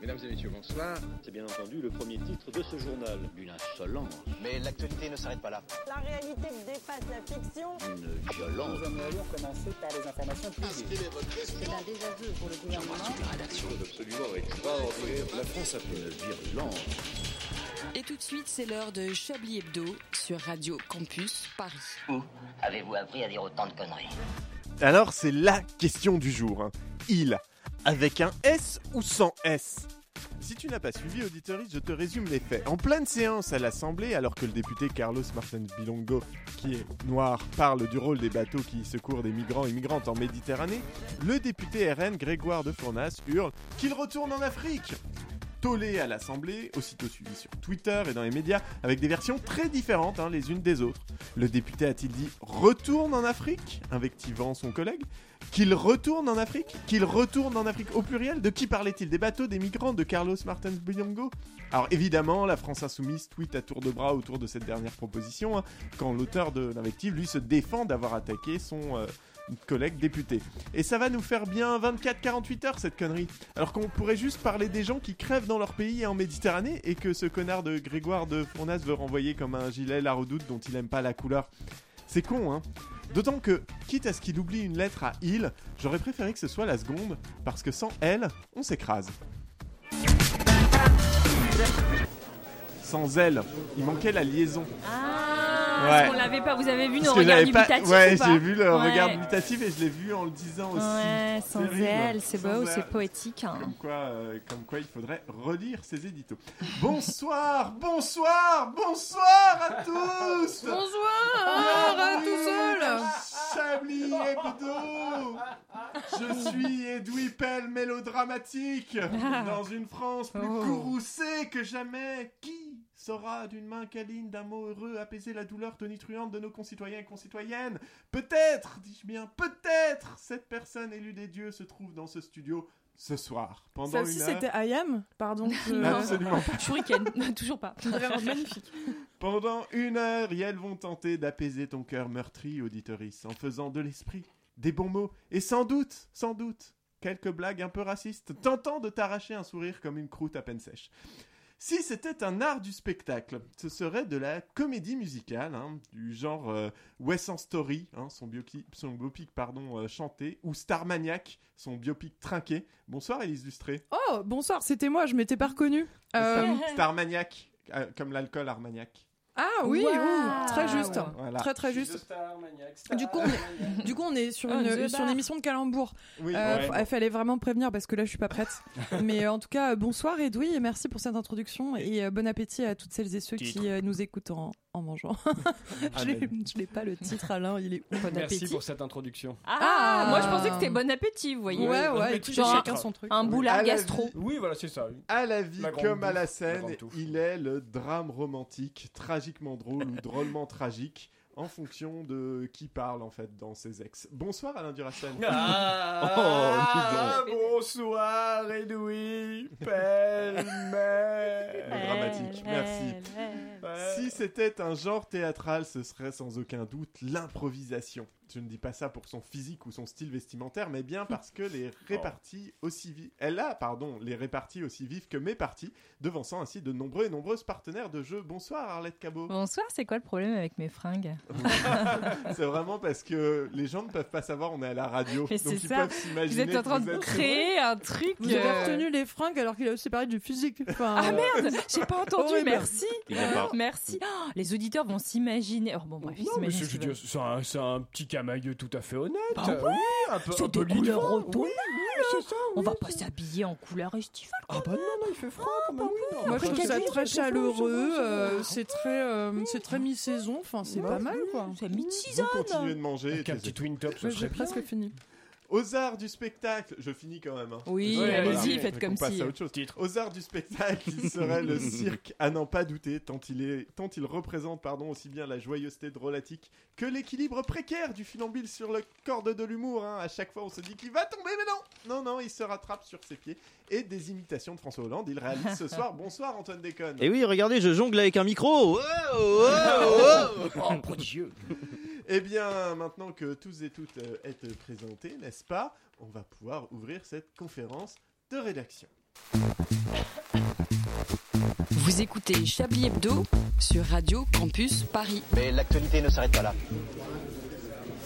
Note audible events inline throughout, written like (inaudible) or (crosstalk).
Mesdames et messieurs, bonsoir. C'est bien entendu le premier titre de ce journal. Une insolence, Mais l'actualité ne s'arrête pas là. La réalité dépasse la fiction. une violence. Nous aimerions commencer par les informations privées. C'est un désaveu pour le gouvernement. Et tout de suite, c'est l'heure de Chablis Hebdo sur Radio Campus Paris. Où avez-vous appris à dire autant de conneries Alors, c'est la question du jour. hein. Il, avec un S ou sans S si tu n'as pas suivi, auditoriste, je te résume les faits. En pleine séance à l'Assemblée, alors que le député Carlos Martins Bilongo, qui est noir, parle du rôle des bateaux qui secourent des migrants et migrantes en Méditerranée, le député RN Grégoire de Fournas hurle qu'il retourne en Afrique Tollé à l'Assemblée, aussitôt suivi sur Twitter et dans les médias, avec des versions très différentes hein, les unes des autres. Le député a-t-il dit retourne en Afrique, invectivant son collègue Qu'il retourne en Afrique Qu'il retourne en Afrique au pluriel De qui parlait-il Des bateaux, des migrants, de Carlos Martins Bilongo Alors évidemment, la France insoumise tweet à tour de bras autour de cette dernière proposition, hein, quand l'auteur de l'invective, lui, se défend d'avoir attaqué son euh, collègue député. Et ça va nous faire bien 24-48 heures cette connerie, alors qu'on pourrait juste parler des gens qui crèvent dans leur pays et en Méditerranée, et que ce connard de Grégoire de Fournas veut renvoyer comme un gilet la redoute dont il aime pas la couleur. C'est con, hein D'autant que, quitte à ce qu'il oublie une lettre à il, j'aurais préféré que ce soit la seconde, parce que sans elle, on s'écrase. Sans elle, il manquait la liaison. Ah, Ouais. on l'avait pas. Vous avez vu Parce nos que regards j'avais pas- dubitatifs Ouais, ou pas j'ai vu le Ouais. regard dubitatif et je l'ai vu en le disant aussi. Ouais, sans Terrible. elle, c'est Sans beau, c'est elle. poétique. hein. Comme quoi, euh, comme quoi, il faudrait relire ses éditos. Bonsoir, bonsoir, bonsoir à tous Bonsoir, tout seul Chablis Hebdo Je suis Edoui Pell, mélodramatique, dans une France plus Oh. courroucée que jamais. Qui saura d'une main câline, d'un mot heureux, apaiser la douleur tonitruante de nos concitoyens et concitoyennes Peut-être, dis-je bien, peut-être, cette personne élue des dieux se trouve dans ce studio ce soir, pendant Celle-ci, une heure. c'était I am Pardon. je- Non. Absolument pas. Shuriken, (laughs) toujours pas. Vraiment magnifique. Pendant une heure, et elles vont tenter d'apaiser ton cœur meurtri, auditorice, en faisant de l'esprit, des bons mots, et sans doute, sans doute, quelques blagues un peu racistes, tentant de t'arracher un sourire comme une croûte à peine sèche. Si c'était un art du spectacle, ce serait de la comédie musicale, hein, du genre euh, West End Story, hein, son, biopic, son biopic pardon, euh, chanté, ou Starmaniac, son biopic trinqué. Bonsoir Élise Lustré. Oh, bonsoir, c'était moi, je m'étais pas reconnue. Euh, Star- Starmaniac, euh, comme l'alcool armagnac. ah oui, Wow. ouh, très juste. Voilà. Très très juste. Du coup, on est, du coup, on est sur, Oh, une, the sur bar. une émission de calembour. Oui, Euh, ouais. fa- (laughs) fallait vraiment prévenir parce que là, je suis pas prête. Mais euh, en tout cas, euh, bonsoir Edoui et merci pour cette introduction et euh, bon appétit à toutes celles et ceux Titre. qui euh, nous écoutent en, en mangeant. Ah, (laughs) je ben. l'ai- Amen. je l'ai pas le titre, Alain, il est où Bon Merci appétit. pour cette introduction. Ah, moi je pensais que c'était bon appétit, vous voyez. Ouais, Bon ouais, écoute, appétit. chacun son truc. Un boulard À la gastro. vie. Oui, voilà, c'est ça. À la vie La grande comme à bouffe, la la scène, grande touffe. il est le drame romantique, tragiquement drôle (laughs) ou drôlement tragique, en fonction de qui parle en fait dans ses ex. Bonsoir Alain Oh, Duracell. (laughs) Ah, bonsoir, Edoui, Ah. pelle-mère. Dramatique, merci. Si c'était un genre théâtral, ce serait sans aucun doute l'improvisation. Je ne dis pas ça pour son physique ou son style vestimentaire, mais bien parce que (laughs) Oh. les réparties aussi vives, elle a, pardon, les réparties aussi vives que mes parties, devançant ainsi de nombreux et nombreuses partenaires de jeu. Bonsoir Arlette (laughs) Cabot. Bonsoir, c'est quoi le problème avec mes fringues C'est vraiment parce que les gens ne peuvent pas savoir on est à la radio. Mais donc c'est ils ça. peuvent Vous s'imaginer êtes en que train de vous êtes- créer un truc. Vous avez euh, retenu les fringues alors qu'il a aussi parlé du physique. Enfin, Ah euh, merde, j'ai pas entendu, horrible. merci. Il n'y a pas. Merci. Oh, les auditeurs vont s'imaginer. Oh, bon, bref, ils Non, mais s'imaginent c'est, ce je veux qu'ils dire, c'est un, c'est un petit camailleux tout à fait honnête. Bah ouais, oui, un peu, C'est un des peu couleurs livrant, oui, automnales. oui, c'est ça, veulent. oui, On va pas c'est- s'habiller en couleur estivale. Ah bah non, non, il fait froid quand même. oui, non. Moi, je Après, trouve Après, ça Camille, très c'est bon, c'est chaleureux. bon, c'est euh, bon. c'est très, euh, c'est très mi-saison. Enfin, c'est pas mal, quoi. C'est mid-season. Vous continuez de manger. et Avec un taisez. petit twin top, ce Ouais, serait J'ai bien. presque fini. Aux arts du spectacle, je finis quand même. hein. Ah, Oui, Ouais, allez-y, voilà. faites On comme passe si. à autre chose. Titre. Aux arts du spectacle, il (laughs) serait le cirque à n'en pas douter, tant il, est, tant il représente pardon, aussi bien la joyeuseté drôlatique que l'équilibre précaire du funambule sur le corde de l'humour. hein. À chaque fois, on se dit qu'il va tomber, mais non Non, non, il se rattrape sur ses pieds. Et des imitations de François Hollande, il réalise ce (laughs) soir. Bonsoir, Antoine Déconne. Et Eh oui, regardez, je jongle avec un micro. Oh, oh, oh. Oh, mon Dieu. Eh bien, maintenant que tous et toutes euh, êtes présentés, n'est-ce pas On va pouvoir ouvrir cette conférence de rédaction. Vous écoutez Chablis Hebdo sur Radio Campus Paris. Mais l'actualité ne s'arrête pas là.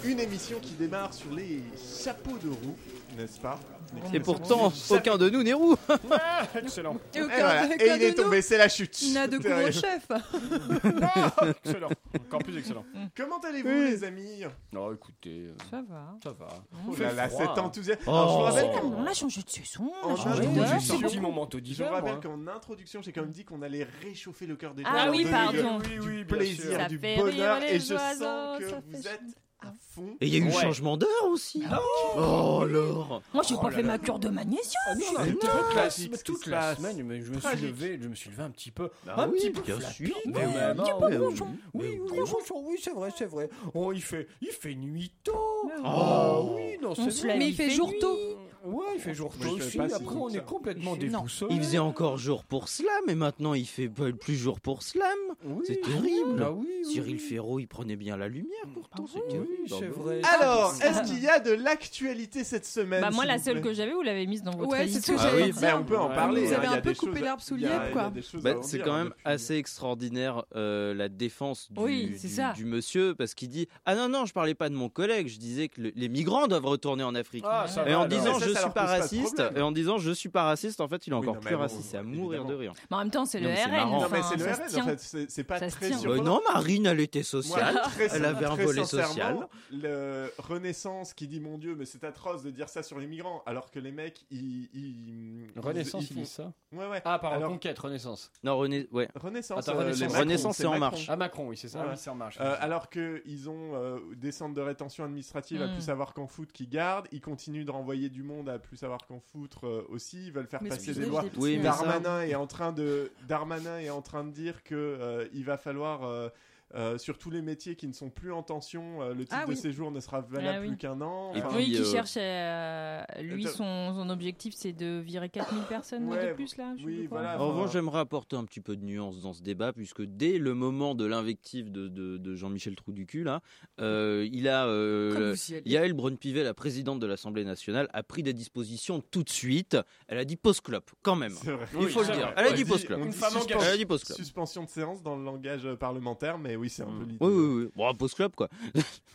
Une émission qui démarre sur les chapeaux de roue, n'est-ce pas Et pourtant, aucun de nous n'est roux. Ah, excellent. Et, Et, aucun- voilà, aucun et il de est nous tombé, c'est la chute. N'a de Terrible. couvre-chef. Ah, excellent. Encore plus excellent. Comment allez-vous, les amis Non, écoutez, euh, Ça va. ça va. Oh Fait là là, froid. cet enthousiasme. Oh. Alors, je vous rappelle C'est qu'en- comme Bah, On a changé de saison. on a On a changé changé de J'ai Ouais, c'est sorti bon. mon manteau Je d'hiver. vous rappelle moi. qu'en introduction, j'ai quand même dit qu'on allait réchauffer le cœur des gens. Ah leur oui, donner pardon. Oui, Du oui, bien sûr. plaisir, Ça du fait rire bonheur, les et je oiseaux, sens que ça vous fait êtes à fond. Et il y a eu Ouais. changement d'heure aussi. Oh alors. Moi, j'ai Oh pas là fait là. ma cure de magnésium. Ah non, C'est toute tragique, la, ce qui se toute la passe. semaine, mais je me suis Tragique. levé, je me suis levé un petit peu, Bah un oui, petit peu bien flappé. sûr. Mais Oui, vraiment, un petit peu oui, oui, ronchon. oui, Mais oui, ronchon. ronchon, oui, c'est vrai, c'est vrai. Oh, il fait, il fait nuit tôt. Ah Oh. oui, non, On c'est se vrai. lève, Mais il fait jour nuit. tôt. Ouais, il fait jour Je tôt savais aussi. pas si Après, c'était on ça. est complètement Non. déboussolés. Il faisait encore jour pour cela, mais maintenant il fait pas- plus jour pour slam. Oui. C'est terrible. Ah oui, oui. Cyril Ferraud, il prenait bien la lumière pourtant. c'est Oui, terrible. c'est vrai. Alors, Ah, est-ce qu'il y a de l'actualité cette semaine Bah, moi, s'il la vous seule plaît que j'avais, vous l'avez mise dans votre Ouais, c'est liste. ce que Ah j'allais oui, dire. Ben, on peut en Ouais. parler. Vous hein, avez il y a un peu des coupé choses- l'herbe sous le il y a- lièvre, il y a quoi. des choses à Bah, en c'est dire, quand hein, même depuis- assez extraordinaire euh, la défense du, Oui, c'est du- ça. du monsieur parce qu'il dit ah non non je parlais pas de mon collègue je disais que le- les migrants doivent retourner en Afrique Ah, ça et va, en alors. disant Mais ça, je ça suis leur pas pose pas de raciste problème. et en disant je suis pas raciste en fait il est Oui, encore non, mais plus bon, raciste c'est à évidemment. mourir de rire Mais en même temps, c'est le Non, mais c'est RN. marrant. Non, mais enfin, c'est le ça RN, se tient. en fait. c'est- C'est pas Ça se très tient. Bah surprenant. Euh, non Marine elle était Moi, sociale très sin- elle avait un très volet sincèrement, social Le Renaissance qui dit Mon Dieu, mais c'est atroce de dire ça sur les migrants, alors que les mecs, ils. ils- Renaissance, ils il font- dit ça Ouais, ouais. Ah, pardon, Alors- conquête, Renaissance. non René ouais Renaissance, Attends, euh, Renaissance. les Macron, Renaissance, c'est En Macron. Marche. Ah, Macron, oui, c'est ça. Ouais. Ah oui, c'est en marche. Euh, alors qu'ils ont euh, des centres de rétention administrative à Mm. plus savoir qu'en foutre qui gardent, ils continuent de renvoyer du monde à plus savoir qu'en foutre euh, aussi, ils veulent faire Mais passer excusez, des lois. j'ai des Oui, petits- mais ça- Darmanin est en train de Darmanin est en train de dire que euh, il va falloir euh, euh, sur tous les métiers qui ne sont plus en tension, euh, le titre Ah de oui. séjour ne sera valable Ah oui. plus qu'un an. Et Enfin, Oui, Puis, qui euh, cherche euh, à- Lui, Attends. son, son objectif, c'est de virer 4000 personnes Ouais, de plus, là. je sais oui, plus quoi. Ah, voilà. En Enfin, revanche, j'aimerais apporter un petit peu de nuance dans ce débat, puisque dès le moment de l'invective de, de- de Jean-Michel Trou du cul, là, euh, il a. euh, Comme le- vous y allez. Yael Braun-Pivet, la présidente de l'Assemblée nationale, a pris des dispositions tout de suite. Elle a dit pause clope, quand même. c'est vrai. Il faut le c'est dire. vrai. Elle a On dit dit- pause clope. on Une dit femme suspension. Elle a dit pause clope. Suspension de séance dans le langage euh, parlementaire, mais oui, c'est un peu l'idée. Mm. Oui, oui, oui. Bon, pause clope, quoi.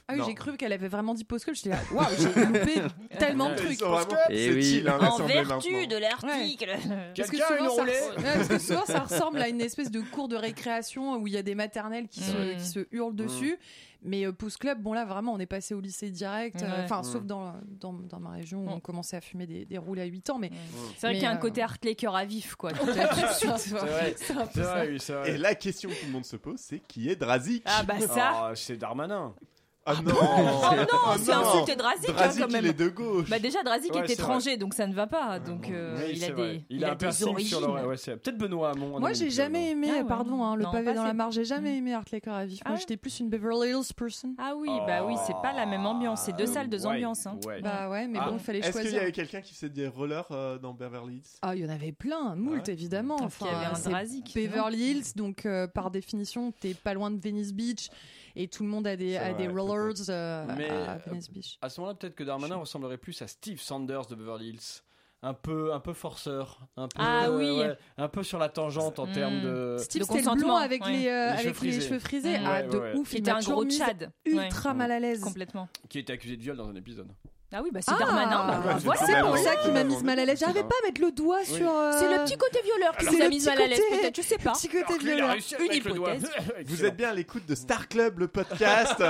Ah oui, Non. j'ai cru qu'elle avait vraiment dit pause club. J'étais là, waouh, (laughs) j'ai loupé tellement de Ils trucs. sont vraiment- Et C'est Eh oui. chill, hein, En l'Assemblée, maintenant. vertu de l'article. (laughs) Parce que, Quelqu'un a souvent, une ça roulée ressemble- Ouais, parce que souvent, ça ressemble à une espèce de cours de récréation où il y a des maternelles qui, C'est vrai. se, qui se Mm. hurlent dessus. Mais euh, Pouce Club, bon là, vraiment, on est passé au lycée direct. euh, Ouais. Enfin, Mm. sauf dans, dans, dans ma région où Mm. on commençait à fumer des, des roules à 8 ans. Mais C'est vrai Mais, qu'il y a un euh, côté Art cœur à vif, quoi. (laughs) c'est vrai. un peu C'est ça. vrai, oui, c'est Et vrai. la question que tout le monde se pose, c'est qui est Drazik Ah bah ça Ah, c'est Darmanin. Ah non (laughs) Oh Non, c'est insulté Drazik, hein, Drazik, quand il même est de gauche. Bah déjà, Drazik Ouais, est c'est étranger, donc ça ne va pas. Donc euh, Oui, il, a c'est des, vrai. il, a un des piercing sur origines. l'oreille. Ouais, c'est peut-être Benoît Hamon. à Moi, mon j'ai avis, jamais alors. aimé, Ah ouais. pardon, hein, le Non, pavé pas dans la c'est- mare, j'ai jamais aimé Art Cœur à Vif. Ah Moi, ouais j'étais plus une Beverly Hills person. Ah oui, bah oui, c'est pas la même ambiance. C'est deux Ah, salles, deux ouais, ambiances. hein. ouais. Bah ouais, mais Ah. bon, il fallait Est-ce qu'il y choisir. avait quelqu'un qui faisait des rollers euh, dans Beverly Hills Ah, il y en avait plein, moult Ouais. évidemment. Donc, Enfin, il y avait un c'est Drazik. Beverly Hills, donc euh, par définition, t'es pas loin de Venice Beach et tout le monde a des, C'est a des vrai, rollers euh, Mais, à euh, Venice Beach. À ce moment-là, peut-être que Darmanin ressemblerait plus à Steve Sanders de Beverly Hills. Un peu, un peu forceur. Un peu, Ah euh, oui. ouais, un peu sur la tangente en Mm. termes de. Steve, de c'était le blond consentement, avec, ouais. les, euh, euh, Les avec cheveux les frisés. cheveux frisés. Mm. Ah, Ouais, de ouais, ouais. ouf, Qui il était m'a un toujours gros mise Tchad. Ouais, Ultra mal à l'aise. Complètement. Qui était accusé de viol dans un épisode. Ah oui, bah c'est Ah. Darmanin. bah, bah, Ouais, voilà. C'est pour Ouais, ça ouais, qu'il m'a ouais, mise ouais, mal à l'aise. c'est J'arrivais ça. pas à mettre le doigt sur. euh, C'est le petit côté violeur qui Alors, nous le a mis petit mal à l'aise, côté- peut-être, je sais pas. petit côté Alors que lui, il a violeur. réussi Une avec le doigt. (laughs) hypothèse. Vous êtes bien à l'écoute de Star Club, le (laughs) podcast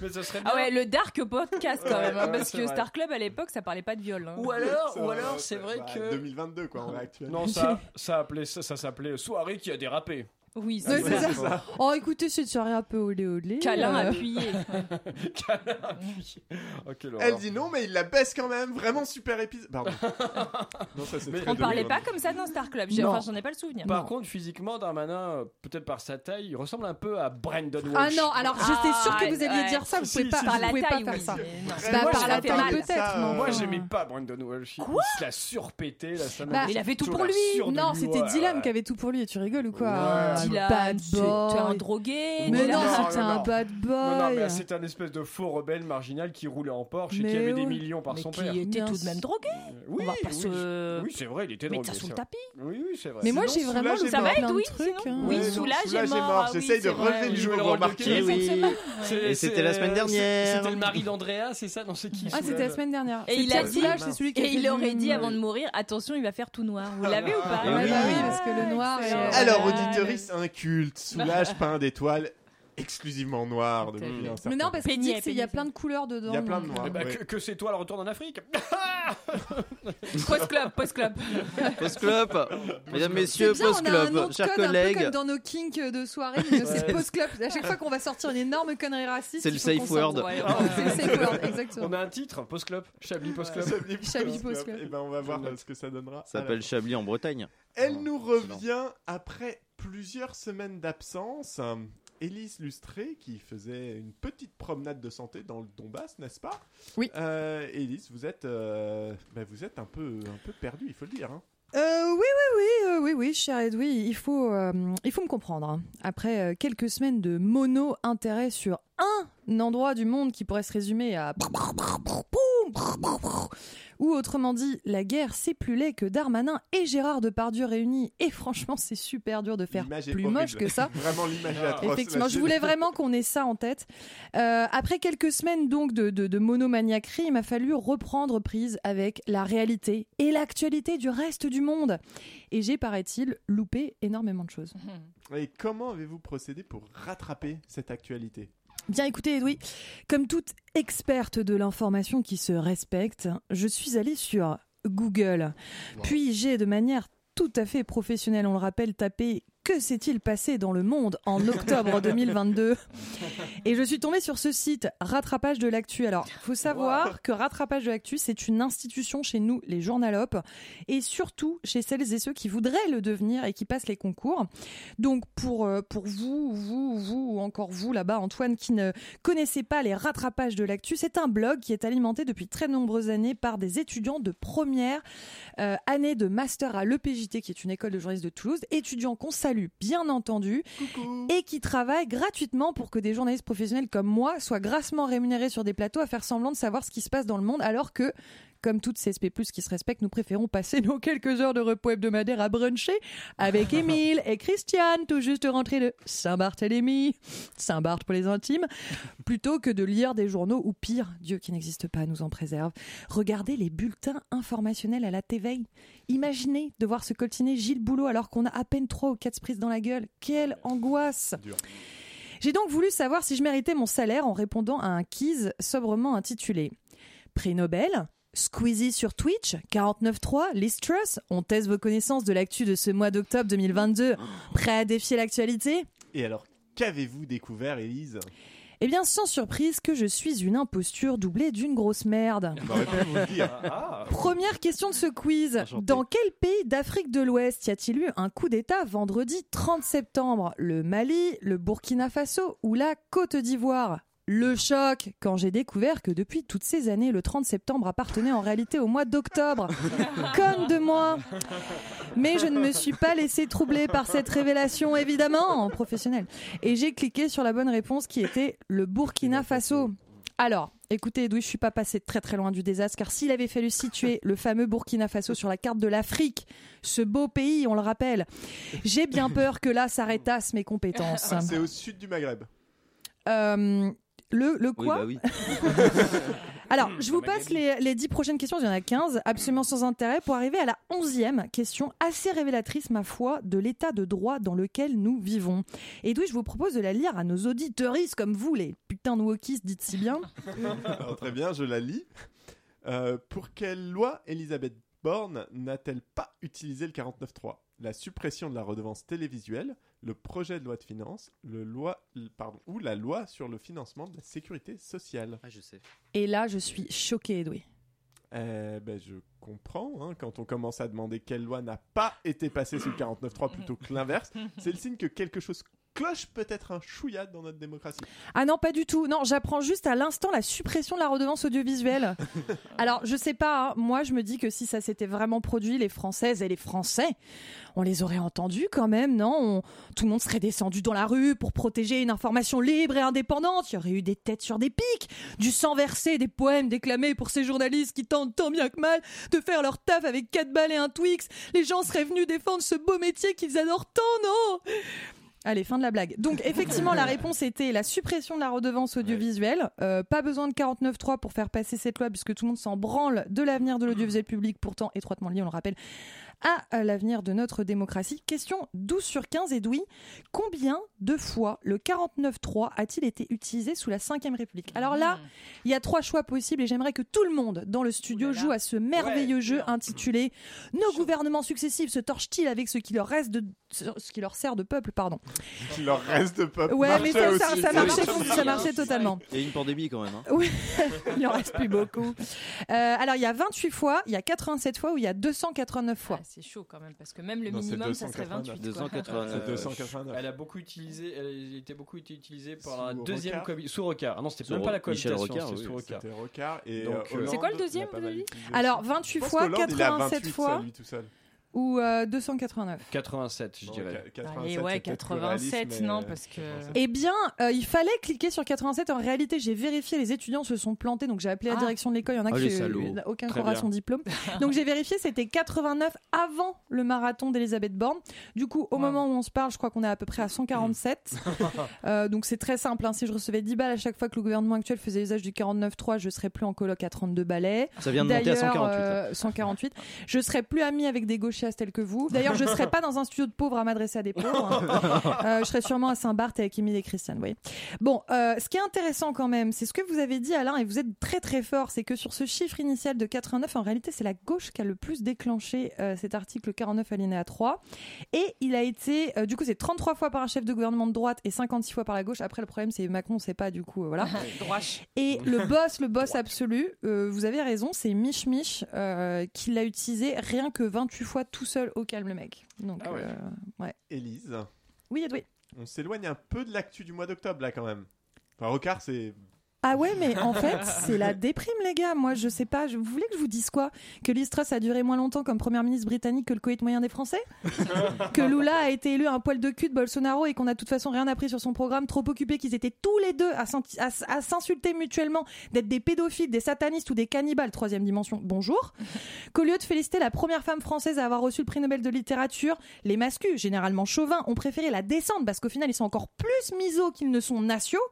Mais ce serait Ah bien. ouais, le dark podcast quand même, hein, Ouais, ouais, parce c'est que vrai. Star Club à l'époque ça parlait pas de viol. hein. (laughs) Ou alors, ou alors, Ça, euh, c'est vrai bah, que. 2022, quoi, on est actuel. Non, ça, ça appelait, ça, ça s'appelait soirée qui a dérapé. (laughs) Oui, Ouais, c'est c'est ça. ça. Oh, écoutez, cette soirée un peu olé olé. Câlin euh, appuyé. Câlin, puis- oh, quelle horreur. Elle dit non, mais il la baisse quand même. Vraiment super épisode. Pardon. (laughs) non, ça, c'est Mais très On de parlait merde. pas comme ça dans Star Club. J'ai- Non. Enfin, j'en ai pas le souvenir. Par contre, physiquement, Darmanin, euh, peut-être par sa taille, il ressemble un peu à Brandon Walsh. Ah non, alors j'étais sûre que Ah, vous alliez ouais. dire ça, vous Si, pouvez si, pas, si, vous par la pouvez taille, pas oui. faire ça. mais non. Vraiment, j'ai Bah, par la entendu taille ça, peut-être, euh, non. Moi, Ouais. j'aimais pas Brandon Walsh. Il Quoi se la surpété, là, ça Bah, m'a- Il avait tout sur pour la lui. sûre de Non, c'était ouais, Dylan ouais. qui avait tout pour lui, et tu rigoles ou quoi Ouais, Euh, un Dylan, bad tu- boy. euh, tu es un drogué. Mais tu l'as- non, Non, c'était non, un non. bad Non, non, mais boy. c'est un espèce de faux rebelle marginal qui roulait en Porsche et Mais qui avait des ouais. millions par Mais son qui père. Euh, était Bien tout de même sûr. drogué. Oui, On va pas oui, se oui, c'est vrai, il était mettre drogué. ça sous c'est vrai. le tapis. Oui, oui, c'est vrai. Mais moi j'ai Sinon, vraiment Soulage est plein Ça mort. va être, de oui, trucs. sinon hein. Oui, Ouais, non, Soulage est Soulage est mort, mort. ah oui, J'essaye de c'est vrai. relever le Il niveau jouait le pour rôle de remarquer. Kenny. Eh oui. C'est- Et c'était la c'est- semaine dernière. C'était le mari d'Andrea, c'est ça Non, c'est qui Ah, celui-là c'était la semaine dernière. Et C'est il Pierre a dit- Soulages, c'est celui qui a Et fait il du- aurait dit avant de mourir, attention, il va faire tout noir. Vous l'avez ou pas Eh Ouais, oui. bah oui, parce que le noir est. Excellent. Ah Alors, Voilà. auditoriste inculte, soulage peint d'étoiles, exclusivement noir depuis un certain Mais non, parce qu'il dit Peignait, que c'est- il y a peignait. plein de couleurs dedans. Il y a plein de donc, noirs. Eh ben, Ouais. que, que c'est toi le retour en Afrique Post club, post (laughs) club. Post Club Mesdames, Messieurs, C'est bien, Post on a un nom Club, de chers code, un peu collègues, comme dans nos kinks de soirée, mais c'est Ouais. post club. À chaque fois qu'on va sortir une énorme connerie raciste, c'est le il faut qu'on safe sorte. word. Ah, C'est le safe word, On exactement. a un titre, Post Club, Chablis Post (laughs) Club. Chablis Post Chablis Club. Post Club. Eh ben, on va voir Je note. ce que ça donnera. Ça s'appelle Alors, Chablis en Bretagne. Elle nous Excellent. revient après plusieurs semaines d'absence. Hum, Élise Lustré, qui faisait une petite promenade de santé dans le Donbass, n'est-ce pas Oui. Euh, Élise, vous êtes, euh, bah, vous êtes un peu, un peu perdu, il faut le dire. hein. Euh, oui, oui, oui, euh, oui, oui, cher Edoui, il faut, euh, il faut me comprendre. hein. Après euh, quelques semaines de mono-intérêt sur un endroit du monde qui pourrait se résumer à. Ou autrement dit, la guerre, c'est plus laid que Darmanin et Gérard Depardieu réunis. Et franchement, c'est super dur de faire L'image est plus horrible. moche que ça. Vraiment l'image est Ah. atroce. Effectivement, là, je Oh, c'est- voulais vraiment qu'on ait ça en tête. Euh, après quelques semaines donc de, de, de monomaniaquerie, il m'a fallu reprendre prise avec la réalité et l'actualité du reste du monde. Et j'ai, paraît-il, loupé énormément de choses. Et comment avez-vous procédé pour rattraper cette actualité Bien écoutez, Edoui, comme toute experte de l'information qui se respecte, je suis allée sur Google. Puis j'ai, de manière tout à fait professionnelle, on le rappelle, tapé Que s'est-il passé dans le monde en octobre 2022 Et je suis tombée sur ce site, Rattrapage de l'actu. Alors, faut savoir que Rattrapage de l'actu, c'est une institution chez nous, les journalopes, et surtout chez celles et ceux qui voudraient le devenir et qui passent les concours. Donc pour, euh, pour vous, vous, vous ou encore vous là-bas, Antoine, qui ne connaissez pas les rattrapages de l'actu, c'est un blog qui est alimenté depuis très nombreuses années par des étudiants de première euh, année de master à l'EPJT, qui est une école de journalisme de Toulouse, étudiants qu'on salue bien entendu, et qui travaillent gratuitement pour que des journalistes professionnels comme moi soient grassement rémunérés sur des plateaux à faire semblant de savoir ce qui se passe dans le monde, alors que comme toutes CSP+, qui se respectent, nous préférons passer (laughs) nos quelques heures de repos hebdomadaire à bruncher avec Émile et Christiane, tout juste rentrés de Saint-Barthélemy, Saint-Barth pour les intimes, plutôt que de lire des journaux ou pire, Dieu qui n'existe pas nous en préserve, regardez les bulletins informationnels à la TV. Imaginez devoir se coltiner Gilles Boulot alors qu'on a à peine trois ou quatre prises dans la gueule. Quelle angoisse Dur. J'ai donc voulu savoir si je méritais mon salaire en répondant à un quiz sobrement intitulé Prix Nobel Squeezie sur Twitch, 49.3, Liz Truss, on teste vos connaissances de l'actu de ce mois d'octobre 2022. Prêt à défier l'actualité Et alors, qu'avez-vous découvert, Élise Eh bien, sans surprise que je suis une imposture doublée d'une grosse merde. On aurait pu vous le dire. Ah, Première question de ce quiz. Enchanté. Dans quel pays d'Afrique de l'Ouest y a-t-il eu un coup d'État vendredi 30 septembre Le Mali, le Burkina Faso ou la Côte d'Ivoire le choc quand j'ai découvert que depuis toutes ces années, le 30 septembre appartenait en réalité au mois d'octobre. Conne de moi Mais je ne me suis pas laissé troubler par cette révélation, évidemment, en professionnel. Et j'ai cliqué sur la bonne réponse qui était le Burkina Faso. Alors, écoutez, Edoui, je suis pas passé très très loin du désastre, car s'il avait fallu situer le fameux Burkina Faso sur la carte de l'Afrique, ce beau pays, on le rappelle, j'ai bien peur que là s'arrêtassent (laughs) mes Ah, compétences. C'est au sud du Maghreb. Euh, le, le Oui, quoi bah oui. Alors, je vous passe les, les 10 prochaines questions, il y en a 15, absolument sans intérêt, pour arriver à la 11e question, assez révélatrice, ma foi, de l'état de droit dans lequel nous vivons. Et d'où je vous propose de la lire à nos auditeuristes comme vous, les putains de wokistes, dites si bien. (laughs) Alors, Oh, très bien, je la lis. Euh, pour quelle loi Elisabeth Borne n'a-t-elle pas utilisé le 49.3 La suppression de la redevance télévisuelle, le projet de loi de finances, le loi, le- pardon, ou la loi sur le financement de la sécurité sociale Ah, je sais. Et là, je suis choquée, Edoui. Eh ben, je comprends, hein, quand on commence à demander quelle loi n'a pas été passée sous le 49.3 plutôt que l'inverse, c'est le signe que quelque chose cloche peut-être un chouïa dans notre démocratie. Ah non, pas du tout. Non, j'apprends juste à l'instant la suppression de la redevance audiovisuelle. Alors, je sais pas, hein, moi je me dis que si ça s'était vraiment produit, les Françaises et les Français, on les aurait entendus quand même, non On- Tout le monde serait descendu dans la rue pour protéger une information libre et indépendante. Il y aurait eu des têtes sur des pics, du sang versé, des poèmes déclamés pour ces journalistes qui tentent tant bien que mal de faire leur taf avec quatre balles et un Twix. Les gens seraient venus défendre ce beau métier qu'ils adorent tant, non Allez, fin de la blague. Donc, effectivement, la réponse était la suppression de la redevance audiovisuelle. Euh, pas besoin de 49.3 pour faire passer cette loi, puisque tout le monde s'en branle de l'avenir de l'audiovisuel public, pourtant étroitement lié, on le rappelle, à euh, l'avenir de notre démocratie. Question 12 sur 15, Edoui. Combien de fois le 49.3 a-t-il été utilisé sous la 5ème République Alors là, Hmm. il y a trois choix possibles et j'aimerais que tout le monde dans le studio Ouh là là. joue à ce merveilleux Ouais, jeu bien. intitulé Nos gouvernements successifs se torchent-ils avec ce qui leur reste de ce qui leur sert de peuple, pardon. Qu'il leur reste de peuple. Ouais, mais ça, ça, Euh, aussi. ça marchait, Oui. ça marchait totalement. Il y a une pandémie quand même. hein. Il en reste plus beaucoup. Euh, alors, il y a 28 fois, il y a 87 fois ou il y a 289 fois. Ah, c'est chaud quand même, parce que même le Non, c'est minimum, ça serait 289. 28. quoi. 289. C'est 289. Elle a beaucoup utilisé, elle était beaucoup été utilisée par Sous la deuxième Rocard. cohabi- sous Rocard. Ah non, c'était Sous même pas la Ro- Michel cohabitation, Rocard, c'était oui, sous Rocard. C'était Rocard et Donc, euh, euh, C'est quoi le Hollande deuxième, l'a pas vous mal avez dit utilisé Alors, aussi. 28 Je pense fois, qu'Hollande, il a 87 28, fois ça, lui, tout seul. ou euh, 289. 87, je Bon, dirais. qu- 87, Allez, c'est ouais, peut-être plus 87, réaliste, mais- non, parce que. 87. (laughs) Eh bien, euh, il fallait cliquer sur 87. En réalité, j'ai vérifié, les étudiants se sont plantés, donc j'ai appelé la Ah. direction de l'école. Il y en a Ah, qui les euh, salauds. aucun qui Très aura bien. son diplôme. Donc j'ai vérifié, c'était 89 avant le marathon d'Elisabeth Borne. Du coup, au Wow. moment où on se parle, je crois qu'on est à peu près à 147. Euh, donc c'est très simple. hein. Si je recevais 10 balles à chaque fois que le gouvernement actuel faisait usage du 49.3, je serais plus en coloc à 32 balais. Ça vient de monter à D'ailleurs, 148. hein. euh, 148. Je serais plus amie avec des gauchistes tels que vous. D'ailleurs, je serais pas dans un studio de pauvres à m'adresser à des pauvres. (laughs) hein. Euh, je serais sûrement à Saint-Barth avec Émilie et Christiane. Vous voyez. Bon, euh, ce qui est intéressant quand même, c'est ce que vous avez dit, Alain, et vous êtes très très fort, c'est que sur ce chiffre initial de 89, en réalité, c'est la gauche qui a le plus déclenché euh, cet article 49 alinéa 3. Et il a été, euh, du coup, c'est 33 fois par un chef de gouvernement de droite et 56 fois par la gauche. Après, le problème, c'est Macron, c'est pas du coup, euh, voilà. Droche. Et le boss, le boss absolu, euh, vous avez raison, c'est Mich Mich euh, qui l'a utilisé rien que 28 fois tout seul au calme, le mec. Donc, Ah ouais. euh, Élise, oui, Edoui. on s'éloigne un peu de l'actu du mois d'octobre là quand même. Enfin, Rocard, c'est. Ah ouais, mais en fait, c'est la déprime, les gars. Moi, je sais pas. Je... Vous voulez que je vous dise quoi Que Liz Truss a duré moins longtemps comme première ministre britannique que le coït moyen des Français Que Lula a été élu un poil de cul de Bolsonaro et qu'on a de toute façon rien appris sur son programme, trop occupés qu'ils étaient tous les deux à s'en- à s- à s'insulter mutuellement, d'être des pédophiles, des satanistes ou des cannibales, troisième dimension, bonjour. Qu'au lieu de féliciter la première femme française à avoir reçu le prix Nobel de littérature, les mascus, généralement chauvins, ont préféré la descendre parce qu'au final, ils sont encore plus misos qu'ils ne sont nationaux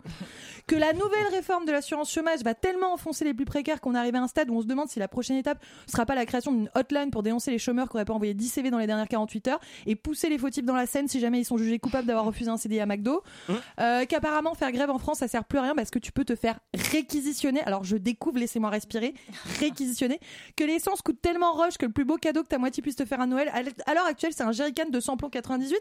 que la nouvelle réforme de l'assurance chômage va tellement enfoncer les plus précaires qu'on arrive à un stade où on se demande si la prochaine étape ne sera pas la création d'une hotline pour dénoncer les chômeurs qui n'auraient pas envoyé 10 CV dans les dernières 48 heures et pousser les faux types dans la scène si jamais ils sont jugés coupables d'avoir refusé un CDI à McDo. Euh, Qu'apparemment, faire grève en France, ça sert plus à rien parce que tu peux te faire réquisitionner. Alors, je découvre, laissez-moi respirer, (laughs) réquisitionner. Que l'essence coûte tellement roche que le plus beau cadeau que ta moitié puisse te faire à Noël, à l'heure actuelle, c'est un jerrycan de 100 plomb 98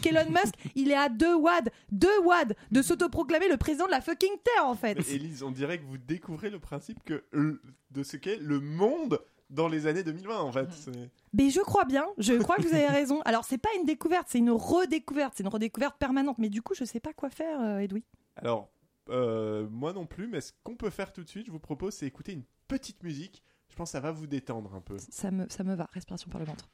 qu'Elon Musk, il est à 2 wads, 2 wads de s'autoproclamer le président de la fucking Terre, en fait. Mais Élise, on dirait que vous découvrez le principe que le- de ce qu'est le monde dans les années 2020 en Mm. fait. C'est- Mais je crois bien, je crois que vous avez raison. Alors, c'est pas une découverte, c'est une redécouverte, c'est une redécouverte permanente. Mais du coup, je sais pas quoi faire, euh, Edoui. Alors, euh, moi non plus, mais ce qu'on peut faire tout de suite, je vous propose, c'est écouter une petite musique. Je pense que ça va vous détendre un peu. Ça me, ça me va, respiration par le ventre.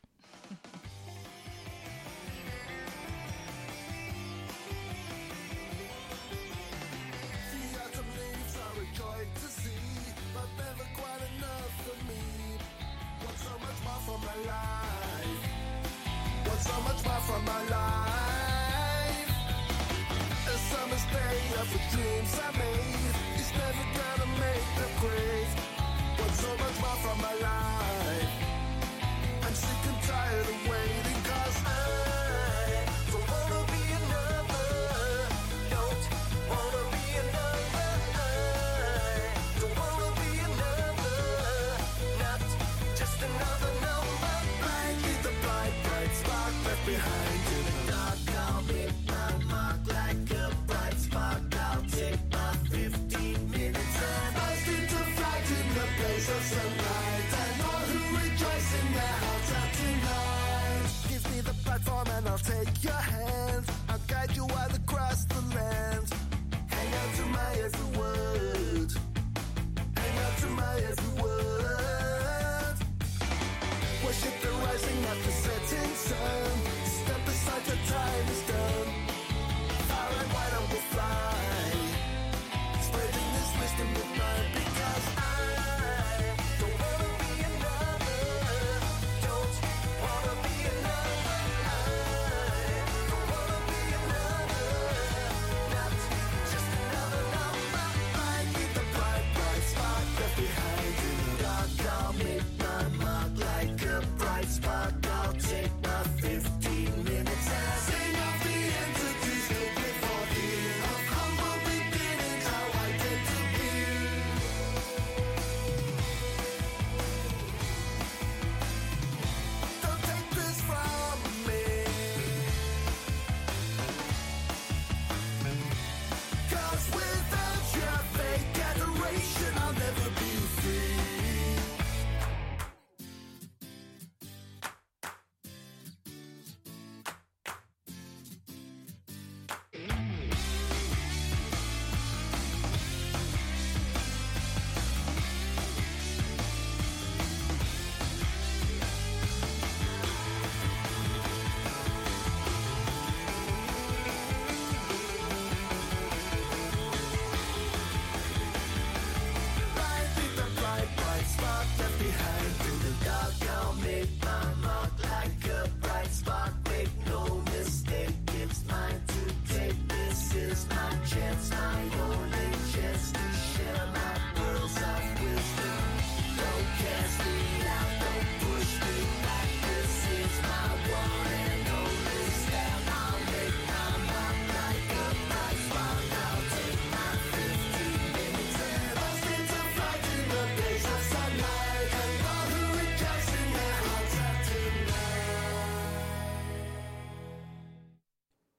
I'll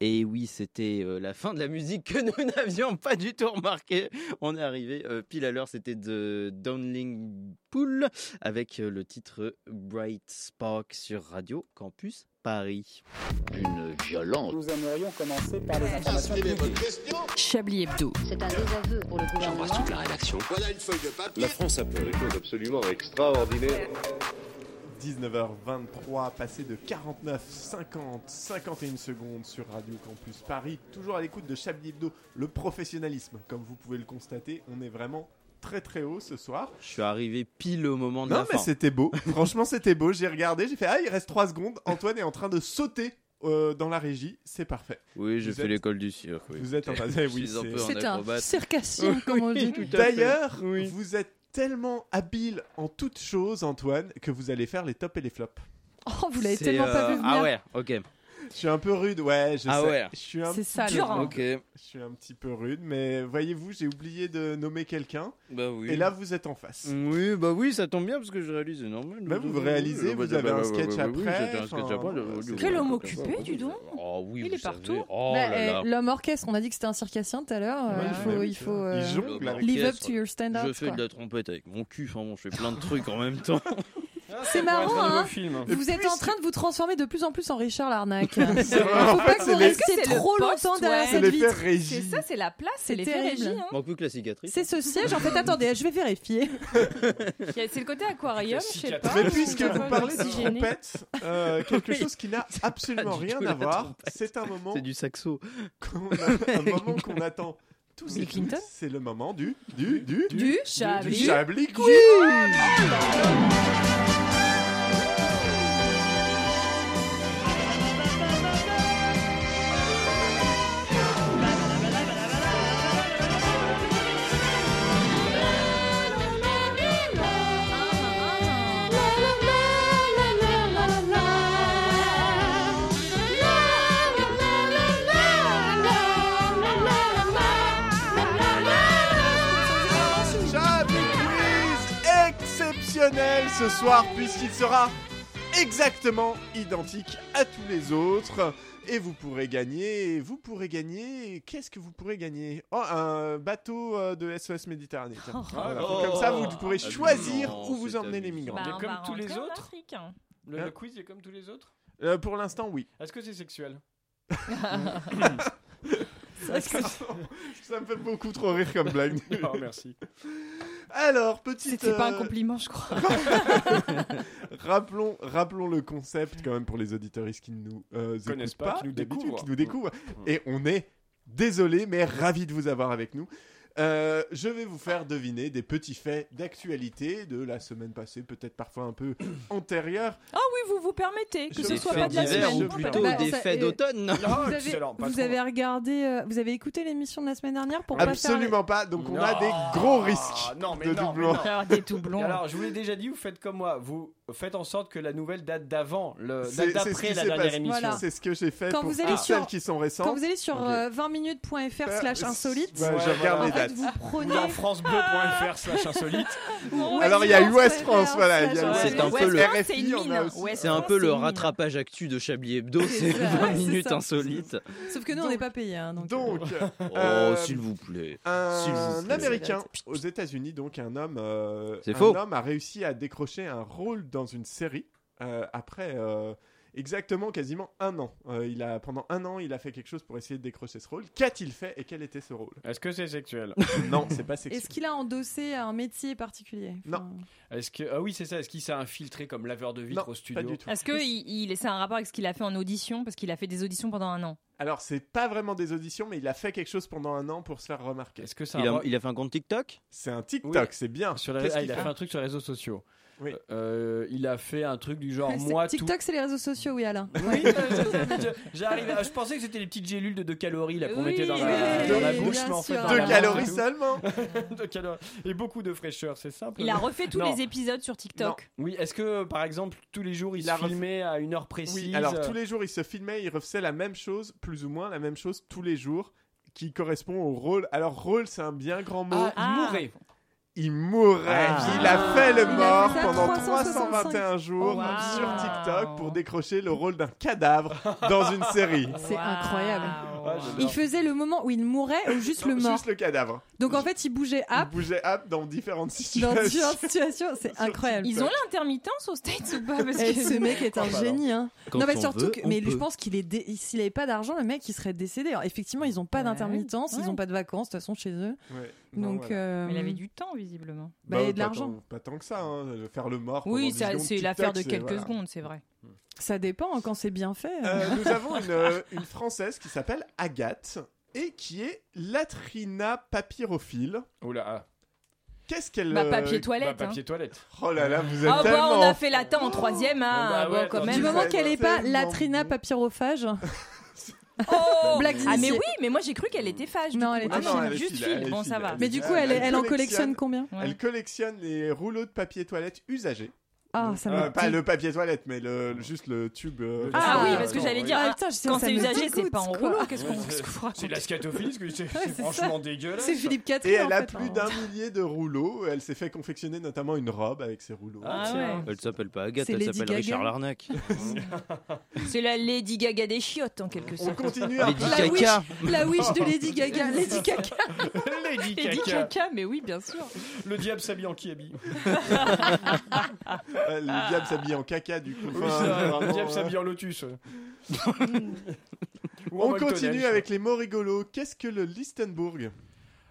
Et oui, c'était euh, la fin de la musique que nous (laughs) n'avions pas du tout remarqué. On est arrivé euh, pile à l'heure, c'était de Downling Pool avec euh, le titre Bright Spark sur Radio Campus Paris. Une violence. Nous aimerions commencer par les informations publiques. Chablis Hebdo. C'est un désaveu pour le gouvernement. La France a fait des choses absolument extraordinaires. 19h23, passé de 49, 50, 51 secondes sur Radio Campus Paris. Toujours à l'écoute de Chablis Hebdo, le professionnalisme. Comme vous pouvez le constater, on est vraiment très très haut ce soir. Je suis arrivé pile au moment de Non la mais fin. c'était beau, (laughs) franchement c'était beau, j'ai regardé, j'ai fait ah il reste 3 secondes, Antoine est en train de sauter euh, dans la régie, c'est parfait. Oui, j'ai Vous fait êtes- l'école du cirque. oui. Vous êtes en Je bas- oui, suis un c'est- peu en C'est un acrobate. circassien, comme on le dit. D'ailleurs, Oui. vous êtes tellement habile en toutes choses Antoine que vous allez faire les tops et les flops. Oh, vous l'avez C'est, tellement pas euh, vu venir. Ah ouais, ok. Je suis un peu rude, ouais, je Ah sais. ouais. Je suis un C'est ça, dur, hein. Ok, Je suis un petit peu rude, mais voyez-vous, j'ai oublié de nommer quelqu'un. bah oui. Et là, vous êtes en face. Oui, bah oui, ça tombe bien parce que je réalise normal. Bah, vous réalisez, vous avez bah, un sketch après, j'avais un sketch enfin, après. euh, voilà, le- c'est- le- Quel le- homme le- occupé, dis donc. Oh oui, Il vous est partout. savez. Oh Bah, là là. eh, L'homme orchestre, on a dit que c'était un circassien tout à l'heure. euh, Ouais, il faut, ouais, il c'est faut vrai. euh, Ils jonglent le- avec- live up Orchestre. to your standard. Je fais de la trompette avec mon cul, enfin bon, je fais plein de trucs en même temps. C'est marrant, hein. film. Vous êtes en train de vous transformer de plus en plus en Richard (laughs) Larnac. Il ne C'est faut vrai, en pas fait, que c'est vous les- restiez Est-ce que c'est trop le poste, longtemps derrière ouais. c'est cette les faire vitre. C'est régie. ça, c'est la place, c'est C'est l'effet terrible. régie. hein. Manque plus que la cicatrice. C'est ce siège. En fait, attendez, je vais vérifier. Il y a- C'est le côté aquarium, je sais pas. Mais puisque Ça va vous parlez de l'oxygéner. trompette, euh, quelque Oui. chose qui (laughs) n'a absolument pas du rien tout à la voir, trompette. c'est un moment, C'est du saxo. qu'on a- un moment qu'on attend tous Bill et Clinton tous. C'est le moment du du du Du du Chablis. Chablis Quiz. Chablis Quiz exceptionnel ce soir puisqu'il sera exactement identique à tous les autres et vous pourrez gagner vous pourrez gagner qu'est-ce que vous pourrez gagner oh un bateau euh, de SOS Méditerranée tiens. Voilà. oh, comme ça vous oh, pourrez amusant, choisir où c'est vous emmener les amusant. migrants Bah, Mais on comme va tous les rentrer en autres Afrique, (laughs) hein. Le, Hein le quiz est comme tous les autres Euh, pour l'instant oui Est-ce que c'est (laughs) sexuel ça me fait beaucoup trop rire comme blague Non, (laughs) merci. alors petite C'était pas un euh, compliment, je crois. Rappelons, rappelons le concept quand même pour les auditoristes qui ne nous euh, Connaissent écoutent pas, pas, qui nous d'habitude, découvrent. Mm. qui nous découvrent. Et on est désolé, mais ravi de vous avoir avec nous. Euh, je vais vous faire deviner des petits faits d'actualité de la semaine passée, peut-être parfois (coughs) un peu antérieure. Ah oui, vous vous permettez que Je ce Des me soit fais pas faits de la d'hiver divers semaine. ou Bah, plutôt ça des est- faits d'automne. vous Ah, avez, vous avez regardé, euh, vous avez écouté l'émission de la semaine dernière pour Absolument pas, donc on a des gros risques. Ah, non, mais de non, mais doublons. non. (laughs) Alors, des doublons. Et Alors, je vous l'ai déjà dit, vous faites comme moi. Vous faites en sorte que la nouvelle date d'avant, le C'est euh, date c'est ce d'après qui la s'est dernière passé. émission. Voilà. C'est ce que j'ai fait Quand pour vous allez toutes sur- celles qui sont pas. Quand récentes. vous allez sur Ok. euh, 20minutes.fr slash Euh, insolite, ouais, je Ouais, regarde voilà. les en fait, dates. vous Ou prenez... dans (laughs) francebleu.fr slash insolite. Ouais, Alors il y a France US France, préfère, voilà. il y a slash US C'est un France, peu le- RFI, C'est une on a mine. aussi- Ouais, C'est un ça, peu c'est le mine. rattrapage actu de Chablis Hebdo, c'est C'est ça, 20 c'est minutes ça. insolites. Sauf que nous, on n'est pas payés. hein, (laughs) donc, Donc, Oh, euh, s'il vous plaît. (laughs) S'il vous Un plaît. américain aux États-Unis, donc un homme, euh, C'est un faux. homme a réussi à décrocher un rôle dans une série euh, après euh, exactement quasiment un an. Euh, il a pendant un an, il a fait quelque chose pour essayer de décrocher ce rôle. Qu'a-t-il fait et quel était ce rôle Est-ce que c'est sexuel (laughs) Non, c'est pas euh, Est-ce sexuel. qu'il a endossé un métier particulier Non. Est-ce que ah oui c'est ça Est-ce qu'il s'est infiltré comme laveur de vitres Non, au studio pas du tout. Est-ce que il, il- c'est un rapport avec ce qu'il a fait en audition Parce qu'il a fait des auditions pendant un an. Alors c'est pas vraiment des auditions, mais il a fait quelque chose pendant un an pour se faire remarquer. Est-ce que ça Il a, il a fait un compte TikTok C'est un TikTok, c'est bien. sur les- Qu'est-ce ah, qu'il il a fait fait un truc sur les réseaux sociaux. Oui. Euh, il a fait un truc du (laughs) genre Ouais, c'est- moi tout. TikTok, c'est les réseaux sociaux, oui, Alain. (laughs) Oui, euh, je- j'arrive. à- Je pensais que c'était les petites gélules de 2 calories là qu'on Oui, mettait dans oui, la, dans la oui, bouche, bien mais en fait sûr. dans Deux la- calories seulement. Deux calories et beaucoup de fraîcheur, c'est simple. Il a refait tous Non. les épisodes sur TikTok. Oui, est-ce que par exemple tous les jours il, Il se a ref- filmait à une heure précise Oui, alors tous les jours, il se filmait, il refaisait la même chose, plus ou moins la même chose tous les jours, qui correspond au rôle. Alors, rôle, c'est un bien grand mot. Ah, il euh, mourait. il mourait. Ah. Il a fait le Il a fait mort ça pendant 365. 321 jours Oh, wow. sur TikTok pour décrocher le rôle d'un cadavre dans une (laughs) série. C'est incroyable. Ah, Ouais, j'adore. Il faisait le moment où il mourait ou juste le Non, mort. Juste le cadavre. Donc en fait, il bougeait Il up bougeait up dans différentes situations. dans différentes (laughs) situations. C'est Sur incroyable. Ils ont l'intermittence aux States ou pas Parce Eh, que ce mec est un Crois pas, génie. Hein. Quand non, mais on surtout, veut, que- on mais lui, je peut. pense qu'il est, dé- s'il avait pas d'argent, le mec, il serait décédé. Alors, effectivement, ils ont pas Ouais. d'intermittence, ils Ouais. ont pas de vacances, de toute façon, chez eux. Ouais. Non, Donc, voilà. euh, (laughs) Mais il avait du temps, visiblement. bah, il y a de pas l'argent. tant- Pas tant que ça, hein, le faire le mort. Oui, pendant ça- 10 c'est secondes, l'affaire de tic-tac, quelques c'est- voilà. secondes, c'est vrai. ça dépend hein, quand c'est bien fait. Euh, nous avons une, euh, une Française qui s'appelle Agathe et qui est latrina papyrophile. Oula, ah. Qu'est-ce qu'elle. Bah, euh, papier Bah, toilette. papier toilette. Oh là là, vous êtes Ah bah tellement. on a fait latin en troisième, hein. Bah ouais, bon, quand attends, du mais même. moment ça qu'elle doit est pas tellement latrina bon. (laughs) papyrophage. Oh Blague Ah mais d'initié. oui, mais moi j'ai cru qu'elle était phage. du Non, coup. elle est Ah, phage. Non, elle est juste phile, phile. elle est Bon, phile, ça elle va. est Mais du Ah, coup, elle, elle elle en collectionne. collectionne combien Ouais. Elle collectionne les rouleaux de papier toilette usagés. Ah, ça Euh, me pas dé- le papier toilette, mais le, le- juste le tube. euh, Ah oui, Ah, parce que attends, j'allais oui. dire, Ah, ah, putain, je sais, quand ça c'est me usagé, c'est dégoûte, pas en quoi. rouleau. Qu'est-ce qu'on Ouais, qu'est-ce qu'on vous C'est raconte de (laughs) la scatophilie, que c'est Ouais, c'est c'est franchement dégueulasse. C'est Philippe Catherine. Et elle en a fait, plus hein. d'un millier de rouleaux. Elle s'est fait confectionner notamment une robe avec ses rouleaux. Ah ouais. Elle s'appelle pas Agathe, C'est elle Lady s'appelle Gaga. Richard Larnac. C'est la Lady Gaga des chiottes en quelque On sorte. continue un Lady peu. La Gaga. La wish (laughs) de Lady Gaga. Lady Gaga. Lady Lady Caca. Gaga, mais oui, bien sûr. Le diable s'habille en kiabi. Euh, Le diable s'habille en caca du coup. Oui, Enfin, c'est vrai, vraiment, le diable euh, s'habille en lotus. ouais. Ou en On Maltonnage. continue avec les mots rigolos. Qu'est-ce que le Listenburg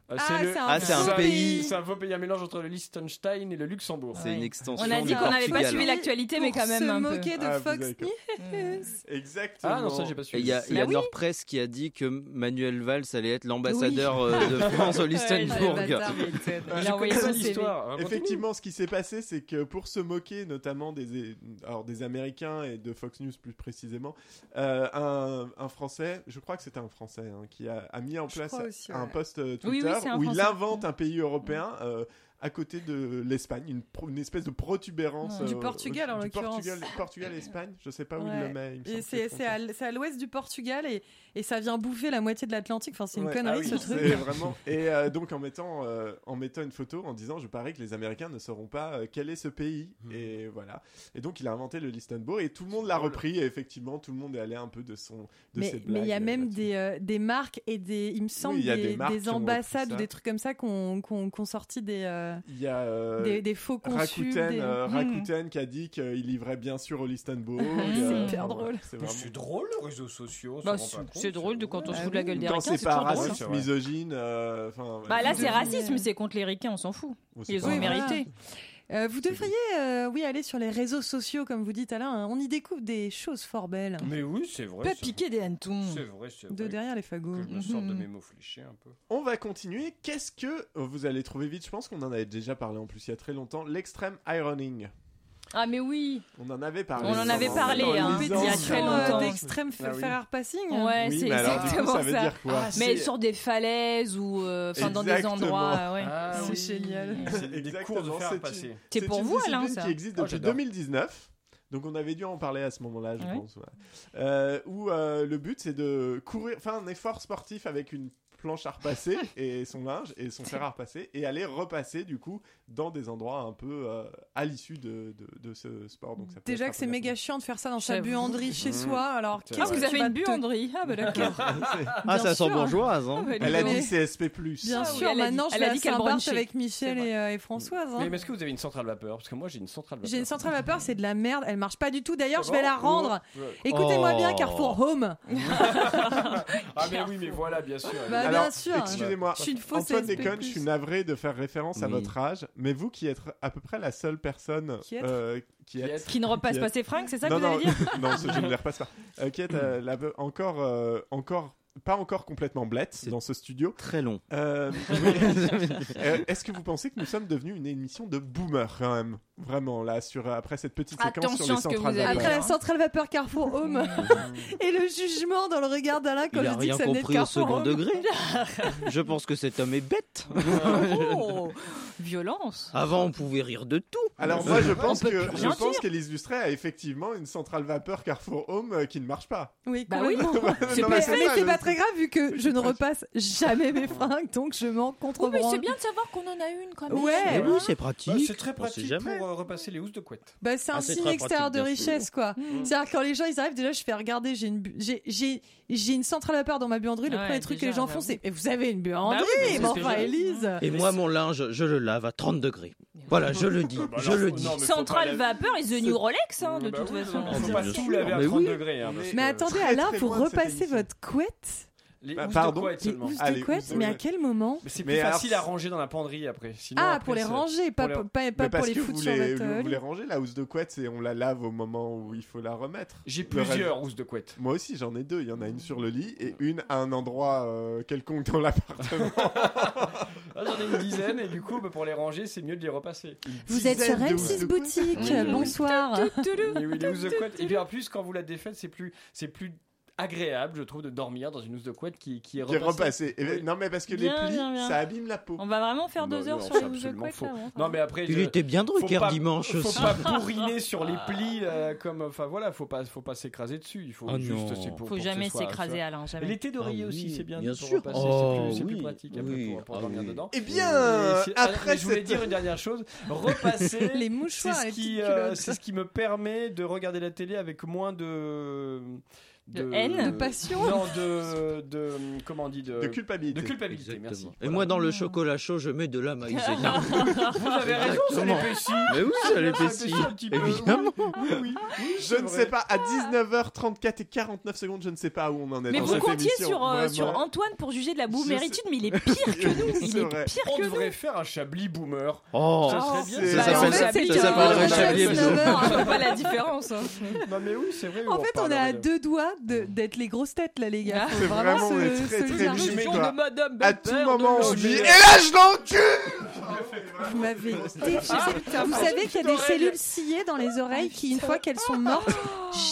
Ah, Ah, le- c'est un Ah, c'est un Ça- pays. Ah, C'est un faux pays, un mélange entre le Liechtenstein et le Luxembourg. C'est une Ouais. extension On a du dit qu'on n'avait pas Portugal. hein. suivi l'actualité, mais Pour quand même se un peu. moquer de Ah, vous Fox avez compris. News. Exactement. Ah non, ça j'ai pas Et suivi. il y a, il y a Bah oui. Norpress qui a dit que Manuel Valls allait être l'ambassadeur euh, (laughs) de France au (laughs) Liechtenstein. Ouais, bah le bâtard. (laughs) Je Il a envoyé connais pas son l'histoire. hein, continue. Effectivement, ce qui s'est passé, c'est que pour se moquer notamment des, alors des Américains et de Fox News plus précisément, euh, un, un Français, je crois que c'était un Français, hein, qui a, a mis en Je place crois aussi, un ouais. post euh, Oui, oui, Twitter c'est un où il Français. invente un pays Mm. européen euh, à côté de l'Espagne, une, pro- une espèce de protubérance. Mm. euh, Du Portugal, en du l'occurrence. Portugal, Portugal-Espagne, je sais pas où il Ouais. le met. il me Et semble c'est que c'est à, c'est à l'ouest du Portugal et, et ça vient bouffer la moitié de l'Atlantique. Enfin, c'est une Ouais, connerie ah oui, ce c'est truc. Vraiment... Et euh, donc en mettant, euh, en mettant une photo en disant je parie que les Américains ne sauront pas euh, quel est ce pays. Hmm. Et voilà. Et donc il a inventé le Listenbourg et tout le monde l'a repris et effectivement tout le monde est allé un peu de son. De ses Mais mais il y a blagues, euh, même là-dessus. des, euh, des marques et des, il me semble, il y a des des, marques des qui ont repris ambassades ça. ou des trucs comme ça qu'on qu'on qu'on sorti des, euh, Il y a. euh, des, des faux consuls. Rakuten, des- euh, Mm. Rakuten qui a dit qu'il livrait bien sûr au Listenbourg. Ah, C'est Euh, hyper voilà, drôle. C'est Mais vraiment- C'est drôle, les réseaux sociaux. on Bah, s'en rend pas compte, c'est drôle de quand on se Ah fout de la oui. gueule des Quand ricains, c'est c'est pas toujours drôle. raciste, hein. misogyne, euh, enfin. Bah là, c'est Ouais. racisme, c'est contre les ricains, on s'en fout. on sait Ils pas. ont Oui, voilà. mérité. Euh, vous devriez, euh, oui, aller sur les réseaux sociaux comme vous dites, Alain. hein. On y découvre des choses fort belles. Mais oui, c'est vrai. Pas ça. piquer des hannetons. C'est vrai, c'est De vrai. derrière les fagots. Que je me sorte de Mhm. mes mots fléchés un peu. On va continuer. Qu'est-ce que oh, vous allez trouver vite Je pense qu'on en avait déjà parlé en plus il y a très longtemps. L'extrême ironing. Ah mais oui. On en avait parlé. On en avait En parlé, lisant- hein, en il y a lisant- très Compétition, euh, longtemps. d'extrême Ah oui. Ferrer passing. Ouais, Oui, c'est mais alors, du coup, exactement ça veut dire quoi Mais elle sort des falaises ou euh, enfin dans des Exactement. endroits. euh, ouais. Ah C'est oui. génial. C'est des cours de Exactement, faire c'est passer. C'est pour une vous, discipline Alain, ça. qui existe Oh, depuis j'adore. 2019. Donc on avait dû en parler à ce moment-là, je Ouais. pense. ouais. Euh, où euh, le but c'est de courir, faire un effort sportif avec une planche à (laughs) repasser et son linge et son fer à repasser et aller repasser du coup dans des endroits un peu euh, à l'issue de, de- de ce sport. Donc ça peut Déjà être que c'est intéressant. méga chiant de faire ça dans sa J'avoue. buanderie chez Mmh. Mhm. soi. Alors, C'est qu'est-ce vrai. que Vous tu avez vas une te- buanderie Ah bah d'accord. Ah, Bien ça sent sûr. bourgeoise. Hein. Ah, bah, Elle a Mais- dit CSP+. Bien Ah oui, sûr, elle a dit- maintenant je elle vais a à dit qu'elle Saint-Barth brunchait. avec Michel C'est vrai. et, euh, et Françoise. hein. Mais, mais est-ce que vous avez une centrale vapeur Parce que moi j'ai une centrale vapeur. J'ai une centrale vapeur, c'est de la merde, elle marche pas du tout. D'ailleurs, je vais la Oh, rendre. oh, ouais. Écoutez-moi bien, Oh. Carrefour Home. Ah mais oui, mais voilà, Ah, bien sûr. Bah, Alors, bien sûr. Excusez-moi. Je suis une fausse Antoine SP+. Déconne, je suis navré de faire référence à Oui. votre âge, mais vous qui êtes à peu près la seule personne Qui êtes euh, qui qui êtes- est- Qui ne repasse pas ses fringues, c'est ça que non, vous non, allez dire (laughs) non, ce- je ne les repasse pas. Euh, qui est euh, la- encore, euh, encore, pas encore complètement blette C'est- dans ce studio. Très (laughs) long. (laughs) Euh, oui. Euh, Est-ce que vous pensez que nous sommes devenus une émission de boomer quand même Vraiment, là, sur, euh, après cette petite séquence sur Attention les à ce que centrales vous allez Après vapeur. (laughs) la centrale vapeur Carrefour Home (laughs) et le jugement dans le regard d'Alain quand (laughs) Il je a dis que rien ça venait de compris au Carrefour second Home. (laughs) degré. Je pense que cet homme est bête. Oh, violence. Avant, on pouvait rire de tout. Alors moi, je pense que plus je rien pense dire. qu'Élise Lustré a effectivement une centrale vapeur Carrefour Home euh, qui ne marche pas. Oui, Bah oui. complètement. C'est mais mais c'est pas très grave vu que je ne repasse jamais mes fringues donc je Oh, m'en Oui, mais contrebranle. c'est bien de savoir qu'on en a une quand même. Ouais. Mais Eh oui, c'est pratique. Bah, c'est très On sait pratique jamais. pour euh, repasser les housses de couette. Bah, c'est un Ah, c'est signe très extérieur de pratique, bien sûr. richesse quoi. C'est-à-dire quand les gens ils arrivent déjà je fais regarder j'ai une bu- j'ai j'ai j'ai une centrale vapeur dans ma buanderie le Ouais, premier truc que déjà, les gens bah font oui. c'est mais vous avez une buanderie Bah oui, mais mais c'est ce que enfin j'ai- Élise. Et moi, mon linge, je le lave à 30 degrés. Voilà, je le (laughs) dis. Bah, je alors, le non, dis. mais faut pas Central la- Vapeur et The New Rolex, hein, de Bah toute oui, façon. non, mais Faut pas bien tout sûr. laver à Mais 30 oui. degrés. hein, parce Mais que- attendez très, Alain très vous loin de cette repassez émission. votre couette Les Bah, housses pardon. de couette les seulement. housses Allez, de couette vous- mais à quel moment Mais C'est Mais plus alors- facile à ranger dans la penderie après. Sinon, Ah après, pour les c'est- ranger pas pour les- pour, pas, pas Mais parce pour les que foutre vous sur les, votre vous euh, les rangez la housse de couette et on la lave au moment où il faut la remettre. J'ai Le reste- plusieurs housses de couette. Moi aussi, j'en ai deux. Il y en a une sur le lit et une à un endroit euh, quelconque dans (laughs) l'appartement. Ah, J'en ai une dizaine et du coup, bah, pour les ranger, c'est mieux de les repasser. Vous êtes sur Dizaine de M6 housses de Boutique, Oui, oui. bonsoir. Et oui, les housses de couette. Et puis en plus, quand vous la défaites, c'est plus, c'est plus agréable, je trouve, de dormir dans une housse de couette qui, qui est J'ai repassée. repassé. Eh ben, Oui. Non, mais parce que les Bien, plis, bien, Oh, bien. ça abîme la peau. On va vraiment faire Non, deux heures non, sur hein. c'est les housses de absolument couette, faux. là, ouais. Non, mais après, Il je- était bien faut Drucker pas- dimanche aussi. Faut pas bourriner sur les plis euh, comme enfin voilà, faut pas faut pas s'écraser dessus, il faut Ah juste non. c'est pour- Faut pour que ce jamais soit- s'écraser, Alain, soit- jamais. L'été d'oreiller Ah aussi, oui, c'est bien, bien pour sûr. repasser, Oh, c'est plus, c'est plus oui, pratique après oui, pour, pour ah dormir oui. dedans. Eh bien, Et c'est- ah, après mais je voulais cette- dire une dernière chose, repasser (laughs) Les c'est mouchoirs, ce les petites qui euh, culottes. c'est ce qui me permet de regarder la télé avec moins de De haine De passion. Non, de de comment on dit de euh, de culpabilité. de culpabilité, Exactement. merci. Et moi, dans le chocolat chaud, je mets de la (laughs) maïzena. Vous avez raison, ça Exactement. l'épaissit. Mais oui, ça les Ça (laughs) épaissit Ah, un petit peu. Évidemment. Oui, Ah, oui, Je c'est ne vrai. sais pas, Ah. à 19h34 et 49 secondes, je ne sais pas où on en est Mais dans vous cette comptiez émission, sur, euh, vraiment. (laughs) sur Antoine pour juger de la Je bouméritude, mais il est pire que nous. (laughs) C'est Il est vrai. pire On que nous. devrait faire un Chablis boomer. Oh, Ça serait bien. Ça C'est- Bah, en s'appelle- fait, c'est ça s'appellerait quinze heures, Chablis Hebdo. 19h. Je vois pas (laughs) la différence. hein. Non mais oui, c'est vrai. En fait, on est à a deux doigts de- d'être les grosses têtes, là, les gars. Faut C'est vraiment, on est très, se- se très solidariser. limites, Mais quoi. Madame À tout Belle-Père, moment, de- on dit mais- Et là, je l'encule Vous m'avez défoncé. Ah, Vous savez qu'il y a des cellules sciées dans les oreilles qui, une fois qu'elles sont mortes,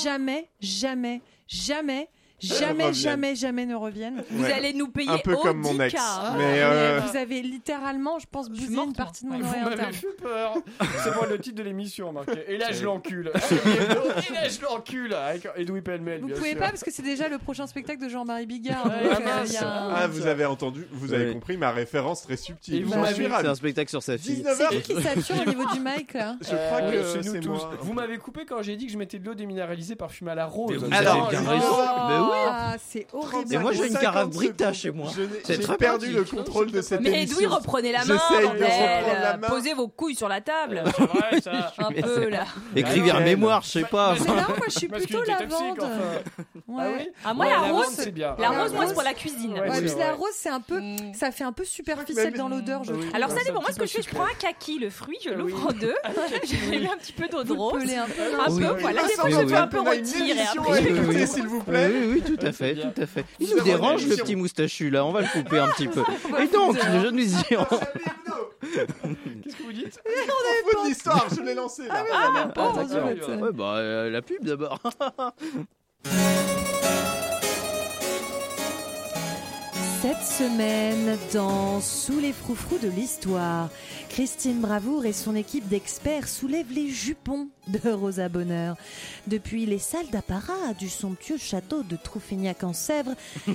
jamais, jamais, jamais, jamais, reviennent. jamais, jamais ne reviennent. Vous Ouais. allez nous payer Un peu au comme mon ex. Dicard. Mais Et, euh, euh, Vous avez littéralement, je pense, bousillé morte, une partie de moi. mon Vous oreille hein. m'avez interne. fait peur. (laughs) C'est moi le titre de l'émission, marqué. Et là, je (laughs) l'encule. Et là, je l'encule. Avec Edoui Pellemel, Vous bien pouvez sûr. pas parce que c'est déjà le prochain spectacle de Jean-Marie Bigard. Ouais, donc, ah euh, il y a mince. un- Ah, vous avez entendu, vous avez Ouais. compris ma référence très subtile. Et vous Je m'avez- suis C'est ravi. un spectacle sur sa fille. C'est qui 19h, qui sature au niveau du mic là je crois Euh, que c'est nous c'est tous. moi. Vous m'avez coupé quand j'ai dit que je mettais de l'eau déminéralisée parfumée à la Mais rose. vous Alors, avez je- bien raison. Ah. Mais oui. Ah, c'est horrible. Et moi, j'ai une 50 carafe secondes. Brita chez moi. Je n'ai- C'est J'ai très perdu pratique. le contrôle de cette Mais Edoui, émission. reprenez la main, J'essaye de bordel. reprendre la main. Posez vos couilles sur (laughs) la table. C'est vrai, (laughs) ça. Un peu, là. Écrivez un Nickel. mémoire, je sais pas. C'est là, moi je suis Parce qu'il plutôt était toxique, lavande. enfin. Ah Ouais. oui Ah, moi, Ouais, la lavande, rose, c'est bien. La Ah, rose, moi, rose. c'est pour la cuisine. Ouais, Ouais, c'est parce que la vrai. rose, c'est un peu. Mm. Ça fait un peu superficiel Mais- dans l'odeur, je Oui. trouve. Alors ça Ouais, c'est dépend. un Moi, petit ce peu que je fais, je sucré. prends un kaki, le fruit, je le Oui. prends deux, je mets un petit peu d'eau de Vous le rose, pelez un peu. un non peu, Oui. voilà, j'ai Ah, fait oui, un oui. peu un peu On a une rôtir émission et après. à après- écouter, s'il vous Oui, plaît. oui, oui, tout à fait, bien. tout à fait. Nous Il nous avons une dérange le émission. petit moustachu là, on va le couper un petit (laughs) peu. Et donc, je nous y Qu'est-ce que vous dites Faut de l'histoire, je l'ai lancé là. Ah, Ah, bon, d'accord. en fait. Ouais, bah euh, la pub d'abord. Cette semaine, dans Sous les froufrous de l'histoire, Christine Bravour et son équipe d'experts soulèvent les jupons de Rosa Bonheur. Depuis les salles d'apparat du somptueux château de Troufignac en Sèvres,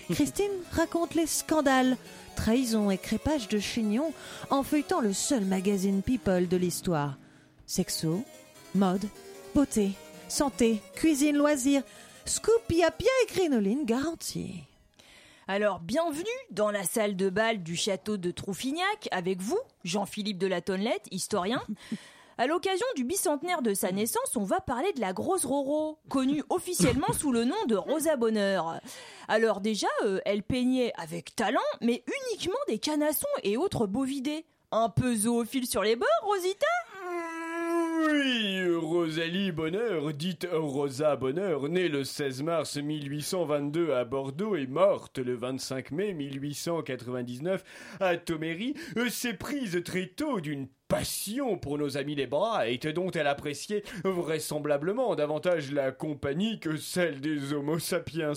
Christine raconte les scandales, trahisons et crépages de chignons en feuilletant le seul magazine People de l'histoire. Sexo, mode, beauté, santé, cuisine, loisirs, scoop, y'a bien et crinoline garantie. Alors, bienvenue dans la salle de bal du château de Troufignac avec vous, Jean-Philippe de la Tonnelette, historien. À l'occasion du bicentenaire de sa naissance, on va parler de la grosse Roro, connue officiellement sous le nom de Rosa Bonheur. Alors déjà, euh, elle peignait avec talent, mais uniquement des canassons et autres bovidés. Un peu zoophile sur les bords, Rosita Oui, Rosalie Bonheur, dite Rosa Bonheur, née le 16 mars 1822 à Bordeaux et morte le 25 mai 1899 à Thomery, euh, s'est prise très tôt d'une passion pour nos amis les Bright, dont elle appréciait vraisemblablement davantage la compagnie que celle des Homo sapiens.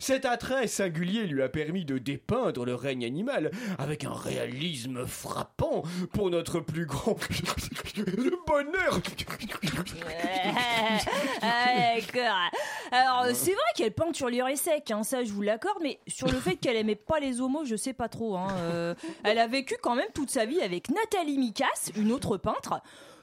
Cet attrait singulier lui a permis de dépeindre le règne animal avec un réalisme frappant pour notre plus grand (laughs) le bonheur. (laughs) Ouais, D'accord. Alors, euh, c'est vrai qu'elle peint sur l'urée sec, hein, ça je vous l'accorde, mais sur le fait qu'elle aimait pas les homos, je sais pas trop. hein, euh, elle a vécu quand même toute sa vie avec Nathalie Mikas, une autre peintre.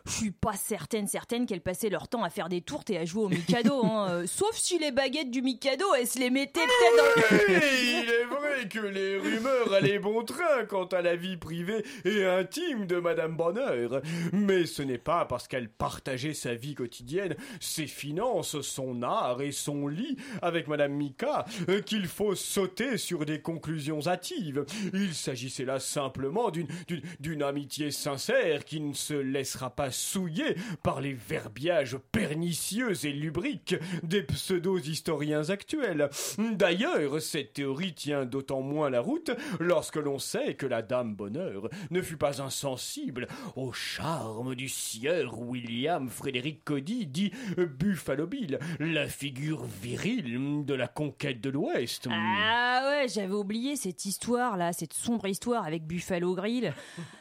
Je suis pas certaine, certaine qu'elle passait leur temps à faire des tourtes et à jouer au Mikado, hein, euh, sauf si les baguettes du Mikado, elle se les mettait peut-être dans Oui, il est vrai que les rumeurs allaient bon train quant à la vie privée et intime de Madame Bonheur. Mais ce n'est pas parce qu'elle partageait sa vie quotidienne, ses finances, son art et son lit avec Madame Mika euh, qu'il faut sauter sur des conclusions hâtives. Il s'agissait là simplement d'une- d'une d'une amitié sincère qui ne se laissera pas souiller par les verbiages pernicieux et lubriques des pseudo-historiens actuels. D'ailleurs, cette théorie tient d'autant moins la route lorsque l'on sait que la Dame Bonheur ne fut pas insensible au charme du sieur William Frédéric Cody, dit Buffalo Bill, la figure virile de la conquête de l'Ouest. Ah ouais, j'avais oublié cette histoire là, cette sombre histoire avec Buffalo Grill.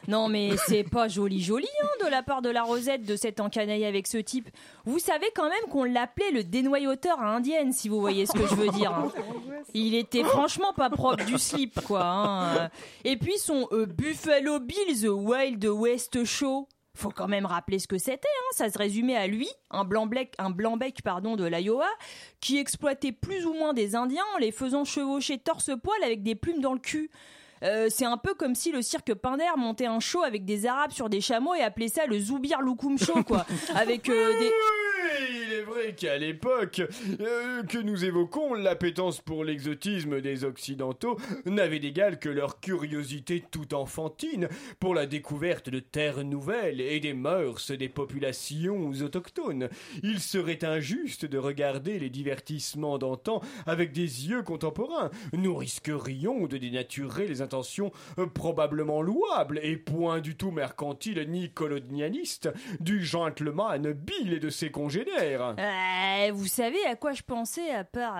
Non mais c'est pas joli joli hein, de la part de la Rosette de s'être encanaillée avec ce type. Vous savez quand même qu'on l'appelait le dénoyauteur à indienne si vous voyez ce que je veux dire. hein. Il était franchement pas propre du slip quoi. hein. Et puis son euh, Buffalo Bill The Wild West Show. Faut quand même rappeler ce que c'était, hein. ça se résumait à lui, un blanc-bec un blanc pardon, de l'Iowa, qui exploitait plus ou moins des Indiens en les faisant chevaucher torse-poil avec des plumes dans le cul. Euh, c'est un peu comme si le cirque Pinder montait un show avec des Arabes sur des chameaux et appelait ça le Zoubir Loukoum Show, quoi. avec euh, des... Oui, il est vrai qu'à l'époque euh, que nous évoquons, l'appétence pour l'exotisme des Occidentaux n'avait d'égal que leur curiosité tout enfantine pour la découverte de terres nouvelles et des mœurs des populations autochtones. Il serait injuste de regarder les divertissements d'antan avec des yeux contemporains. Nous risquerions de dénaturer les intentions euh, probablement louables et point du tout mercantiles ni colonialistes du gentleman Bill et de ses congénères. Euh, vous savez à quoi je pensais à part...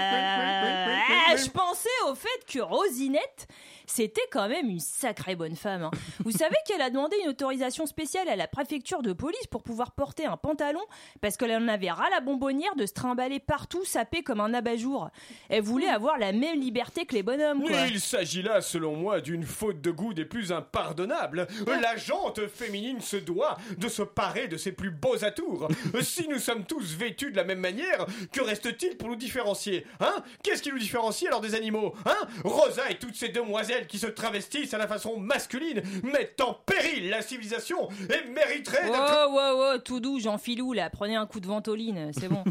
Ah, je pensais au fait que Rosinette, c'était quand même une sacrée bonne femme. hein. Vous savez qu'elle a demandé une autorisation spéciale à la préfecture de police pour pouvoir porter un pantalon parce qu'elle en avait ras la bonbonnière de se trimballer partout, sapée comme un abat-jour. Elle voulait avoir la même liberté que les bonhommes, quoi. Il s'agit là, selon moi, d'une faute de goût des plus impardonnables. La jante féminine se doit de se parer de ses plus beaux (laughs) atours. si nous sommes tous vêtus de la même manière, que reste-t-il pour nous différencier Hein Qu'est-ce qui nous différencie alors des animaux Hein Rosa et toutes ces demoiselles qui se travestissent à la façon masculine mettent en péril la civilisation et (laughs) mériteraient Wow, d'être... wow, wow, tout doux, Jean Filou, là, prenez un coup de ventoline, c'est bon.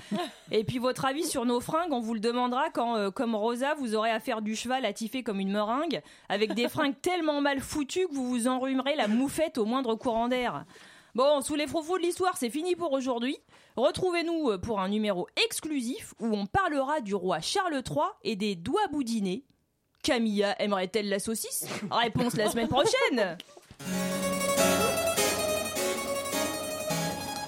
Et puis votre avis sur nos fringues, on vous le demandera quand, euh, comme Rosa, vous aurez à faire du cheval à tiffer comme une meringue, avec des fringues tellement mal foutues que vous vous enrhumerez la moufette au moindre courant d'air. Bon, sous les frofos de l'histoire, c'est fini pour aujourd'hui. Retrouvez-nous euh, pour un numéro exclusif où on parlera du roi Charles III et des doigts boudinés. Camilla aimerait-elle la saucisse Réponse la semaine prochaine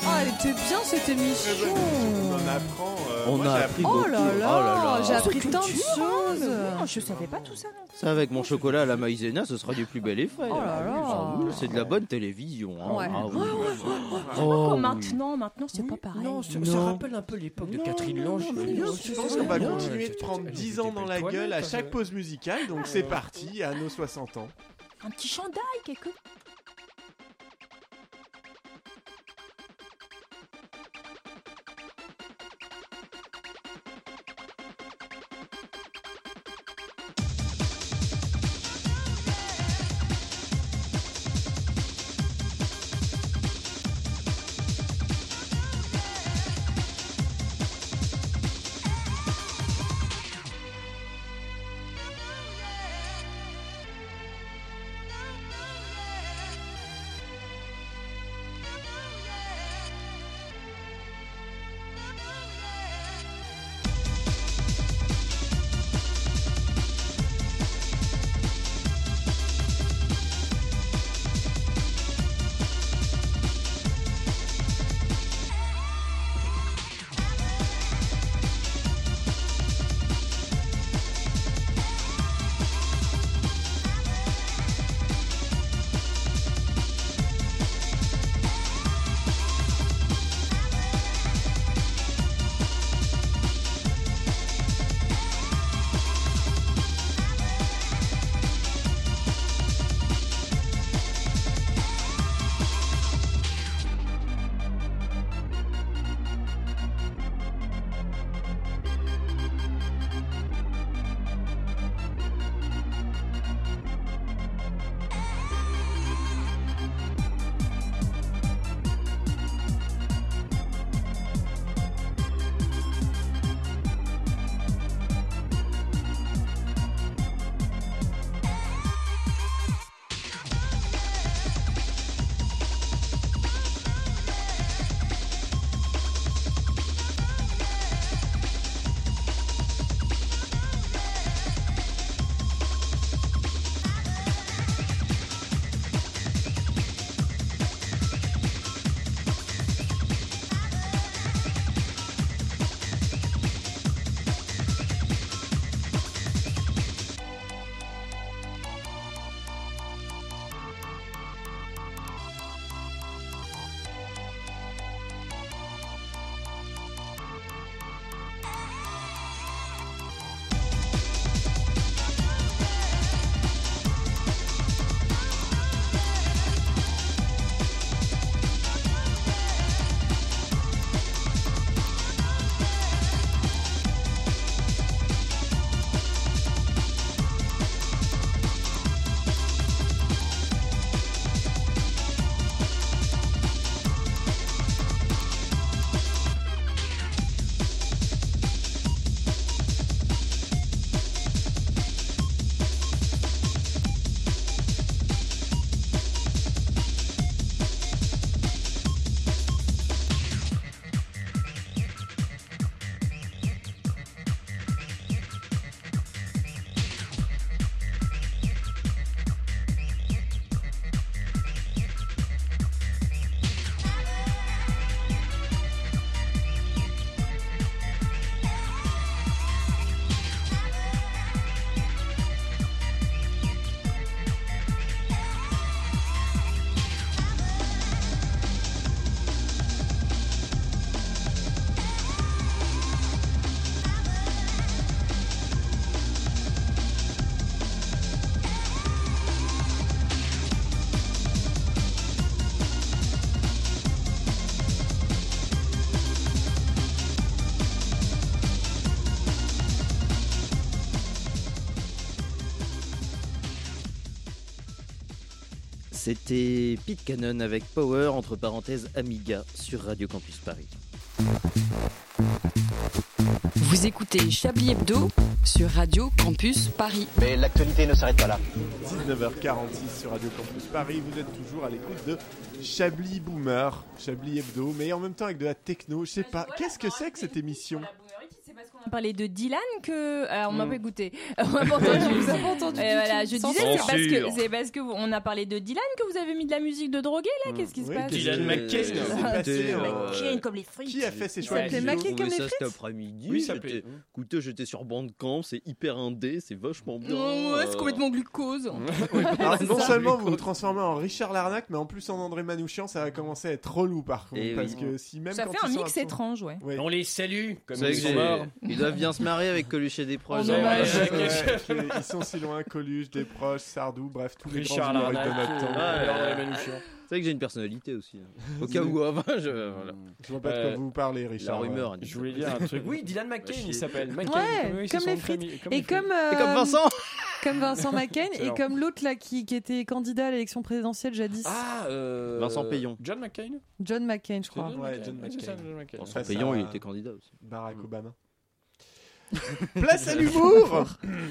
Ah, elle était bien cette émission. On en apprend. euh, bah, On moi, a j'ai appris Oh beaucoup. là Oh là, j'ai appris Culture, tant de hein, choses. mais oui, Je savais pas tout ça. Ça, avec mon chocolat à la maïzena, ce sera du plus bel effet. Oh là là. Ah oui, C'est de la bonne télévision. hein. Ouais. Ah oui. Oh, Oh oui. maintenant, maintenant, c'est pas pareil. ça Non. rappelle un peu l'époque de Catherine Lange. Je pense qu'on va continuer de prendre 10 ans dans la gueule à chaque pause musicale, donc c'est parti à nos 60 ans. Un petit chandail, quelque C'était Pete Cannon avec Power, entre parenthèses Amiga, sur Radio Campus Paris. Vous écoutez Chablis Hebdo sur Radio Campus Paris. Mais l'actualité ne s'arrête pas là. 19h46 sur Radio Campus Paris, vous êtes toujours à l'écoute de Chablis Boomer, Chablis Hebdo, mais en même temps avec de la techno, je sais pas, qu'est-ce que c'est que cette émission On parlait de Dylan que ah, on m'a Mm. pas écouté. (laughs) On m'a pas entendu. Vous avez pas entendu Et du voilà, tout. je Sans disais c'est parce censure. que c'est parce que vous- on a parlé de Dylan que vous avez mis de la musique de drogué là. Qu'est-ce qui se Oui, passe qu'est-ce Dylan que- McCain. qu'est-ce qui s'est passé, Dylan euh, McCain comme les frites. Qui a fait ses Il choix euh, s'appelait musicaux Maquet comme les frites. cet après-midi. Oui, ça j'étais- Écoutez, j'étais sur Bandcamp, c'est hyper indé, c'est vachement bien. Non, ouais, c'est euh. complètement glucose. Oui, alors, C'est non ça. seulement vous vous transformez en Richard Larnac, mais en plus en André Manouchian, ça va commencer à être relou par contre. Et parce oui. que si même Ça quand fait ils un sont mix absents- étrange, ouais. Ouais. On les salue, Vous comme savez ils que sont j'ai- morts. Ils doivent bien se marrer avec Coluche et des proches. Ouais, hein. ouais, ouais, ils sont si loin, Coluche, des proches, Sardou, bref, tous les Richard grands humoristes de Larnac, notre temps. euh, Ouais. André Manouchian. C'est vrai que j'ai une personnalité aussi. hein. Au cas où, enfin, je. Voilà. Je vois pas de quoi Euh, vous parlez, Richard. euh, la rumeur. Je voulais dire un truc. Oui, Bah, Dylan McCain, il s'appelle. McCain. Ouais, Oui, c'est comme son les nom de frites. famille, et les frites. comme, euh, Comme Vincent McCain et Excellent. comme l'autre là qui, qui était candidat à l'élection présidentielle jadis. Ah, euh, Vincent Payon. John McCain John McCain, je crois. Ouais, John Ouais, c'est ça, John McCain. McCain. En Face payant, à il était candidat aussi. Barack Obama. (laughs) Place à l'humour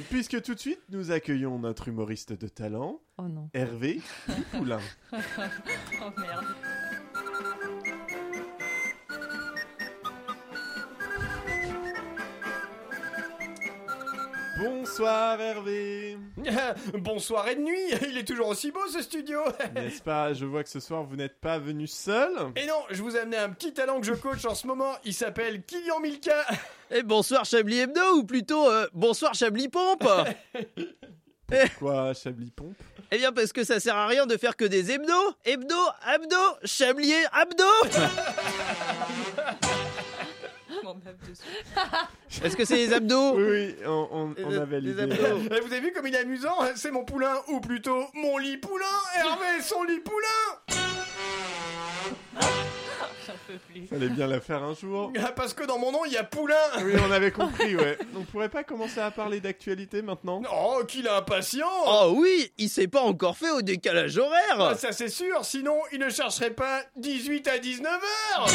Puisque tout de suite, nous accueillons notre humoriste de talent, Oh non. Hervé (laughs) Poulain. Oh merde. Bonsoir Hervé (laughs) Bonsoir et de nuit, il est toujours aussi beau ce studio (laughs) N'est-ce pas Je vois que ce soir, vous n'êtes pas venu seul. Et non, je vous ai amené un petit talent que je coach en ce moment, il s'appelle Kylian Milka (laughs) Et bonsoir Chablis Hebdo, ou plutôt euh, bonsoir Chablis Pompe Quoi, Chablis Pompe Eh bien, parce que ça sert à rien de faire que des hebdos Hebdo, abdo, Chablis abdo Est-ce que c'est les abdos Oui, oui, on, on, on Oh. Les- avait les l'idée. abdos. Eh, Vous avez vu comme il est amusant hein, C'est mon poulain, ou plutôt mon lit poulain Hervé, son lit poulain (laughs) Fallait bien la faire un jour. Ah, Parce que dans mon nom, il y a poulain Oui, on avait compris, ouais. On pourrait pas commencer à parler d'actualité maintenant Oh, qu'il est impatient Oh oui, il s'est pas encore fait au décalage horaire Ah, Ça c'est sûr, sinon il ne chercherait pas 18 à 19 heures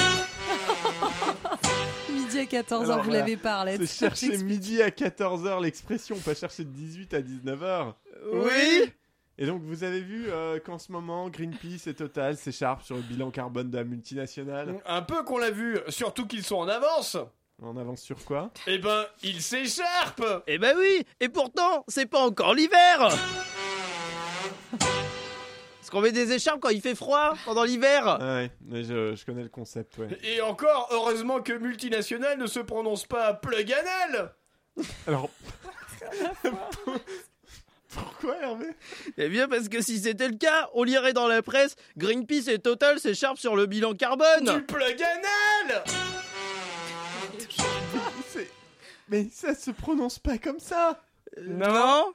Midi à 14h, Alors, vous voilà. l'avez pas Arlette. C'est chercher midi à 14h l'expression, pas chercher de 18 à 19h. Oui Et donc vous avez vu euh, qu'en ce moment, Greenpeace et Total s'écharpent sur le bilan carbone de la multinationale. Un peu qu'on l'a vu, surtout qu'ils sont en avance On avance sur quoi Eh ben, ils s'écharpent Eh ben oui Et pourtant, c'est pas encore l'hiver Est-ce qu'on met des écharpes quand il fait froid pendant l'hiver Ah Ouais, mais je, je connais le concept, ouais. Et encore, heureusement que multinationale ne se prononce pas plug anal Alors... Pourquoi Hervé Eh bien parce que si c'était le cas, on lirait dans la presse Greenpeace et Total s'écharpent sur le bilan Du carbone plug anal C'est- Mais ça se prononce pas comme ça Non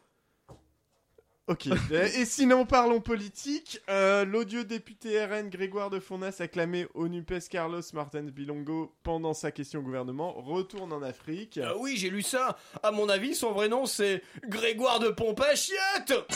Ok. (laughs) Et sinon, parlons politique. Euh, L'odieux député RN Grégoire de Fournas a clamé au NUPES Carlos Martens Bilongo pendant sa question au gouvernement retourne en Afrique. Ah oui, j'ai lu ça À mon avis, son vrai nom c'est Grégoire de Pompachiotte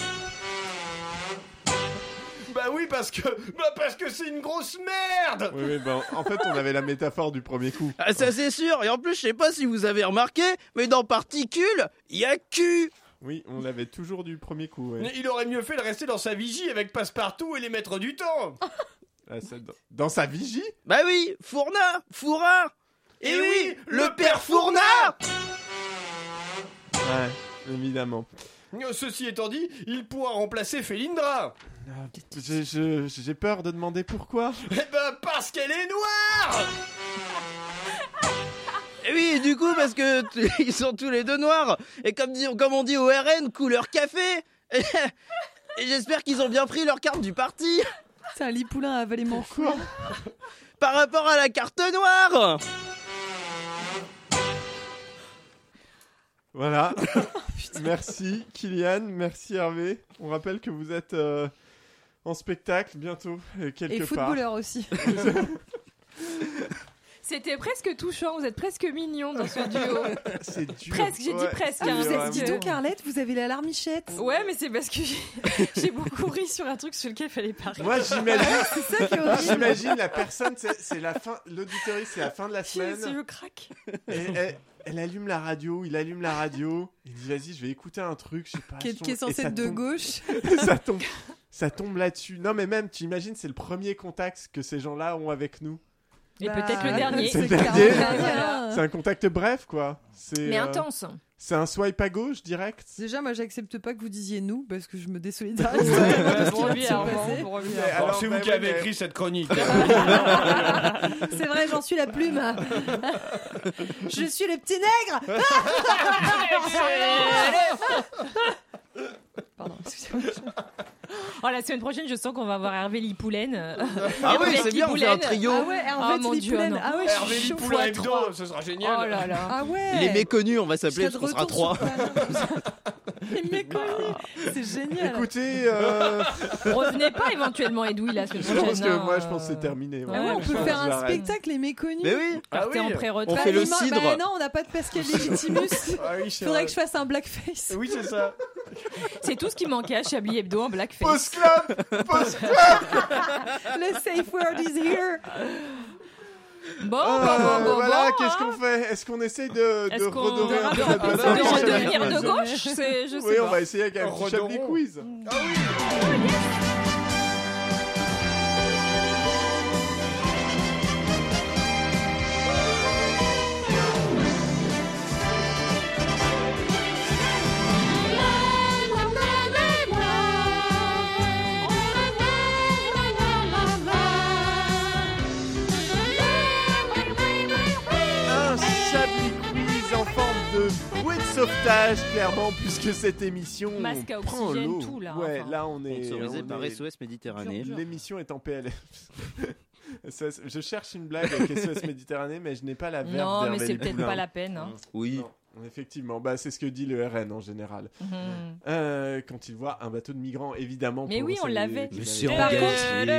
Bah oui, parce que... Bah parce que c'est une grosse merde Oui, oui, ben, en fait, on avait la métaphore du premier coup. Ah ça c'est sûr Et en plus, je sais pas si vous avez remarqué, mais dans particules, il y a cul Oui, on l'avait toujours du premier coup. ouais. Mais Il aurait mieux fait de rester dans sa vigie avec Passepartout et les maîtres du temps Ah, ça, dans, dans sa vigie Bah oui, Fourna Fourra Eh Eh oui, oui, le le père père Fournat Fourna Ouais, évidemment. Oh. Ceci étant dit, il pourra remplacer Félindra Ah, Je- je- J'ai peur de demander pourquoi. Eh ben parce qu'elle est noire Eh oui, et du coup, parce que t- (laughs) ils sont tous les deux noirs. Et comme, dit- comme on dit au RN, couleur café. Et, (laughs) j'espère qu'ils ont bien pris leur carte du parti C'est un lit poulain à avaler mon cou. par rapport à la carte Ah noire. Voilà. merci Kylian, merci Hervé. On rappelle que vous êtes euh, en spectacle bientôt, euh, quelque Et part. footballeur aussi. C'était presque touchant, vous êtes presque mignon dans ce duo. C'est dur. (laughs) Presque, j'ai dit presque, hein, vous parce êtes, dis que- donc, Carlette, vous avez la larmichette. Ouais, mais c'est parce que j'ai- (laughs) j'ai beaucoup ri sur un truc sur lequel il fallait pas (laughs) rire. Moi, C'est ça qui est horrible. j'imagine, j'imagine la personne, c'est c'est la fin, l'auditorie, c'est la fin de la Je, semaine. si je craque. Et elle, elle allume la radio, il allume la radio, il dit vas-y, je vais écouter un truc, je sais pas. Qui est, son- qui est et censé ça être de tombe- gauche. (laughs) ça tombe, ça tombe là-dessus. Non, mais même, tu imagines, c'est le premier contact que ces gens-là ont avec nous. Et peut-être le dernier. C'est le clairement dernier. le dernier. C'est un contact bref, quoi. C'est, Mais euh, intense. C'est un swipe à gauche direct. Déjà, moi, j'accepte pas que vous disiez nous parce que je me désolidarise. de ouais, ce qui pour va lui, se Armand, passer. pour lui, Mais Armand. alors, c'est vous bah qui ouais, ben avez mais- écrit cette (laughs) chronique. C'est vrai, j'en suis (laughs) la plume. je suis le petit nègre. Pardon, excusez-moi. Oh, la semaine prochaine, je sens qu'on va avoir Hervé euh, Lipoulène. Ah oui, c'est bien, on fait un trio. Ah ouais, Hervé Oh, mon Dieu, Lipoulène. non. Ah ouais, je Hervé suis chaud. Lipoulin fois Hebdo, trois. ce sera génial. Oh (laughs) là là. Ah ouais. Les méconnus, on va s'appeler, parce Je qu'on serai de sera trois. retour Les méconnus. Bah. C'est génial. Écoutez, euh, Revenez pas éventuellement, Edoui, la semaine je prochaine. pense que hein, moi, je pense que euh, c'est terminé. Ah Ouais, ouais, on je peut pense faire un j'arrête. spétacle, les méconnus. Mais oui, Ah Partez en pré-retraite. On fait le Lima- cidre. Bah non, on n'a pas de Pascal (laughs) Legitimus. Ah oui, c'est Faudrait vrai. que je fasse un blackface. Oui, c'est ça. C'est tout ce qui manquait à Chablis Hebdo en blackface. Post club, post club. Le safe word is here. (laughs) Bon, bon, bon, bon, Ah, voilà, bon, qu'est-ce hein. qu'on fait Est-ce qu'on essaye de, de Est-ce qu'on redorer un peu la de- passion de chez la redevenir de personne gauche C'est- Je sais Oui, on pas. va essayer avec un petit Redorons. Chablis quiz. Un Chablis quiz en forme de bouée de sauvetage, clairement, puisque cette émission Masque à prend oxygène, l'eau. tout, là, Ouais, enfin. là on est. Sponsorisé on par est- SOS Méditerranée. L'émission est en PLF. (laughs) SOS je cherche une blague avec SOS Méditerranée, mais je n'ai pas la verve Non, mais d'Hervé c'est peut-être Lipoulin. pas la peine. hein. Oui. Non, Effectivement, bah, c'est ce que dit le RN en général. Mhm. Euh, quand il voit un bateau de migrants, évidemment. Mais pour oui, eux, on c'est- l'avait. Mais c'est Par engagé,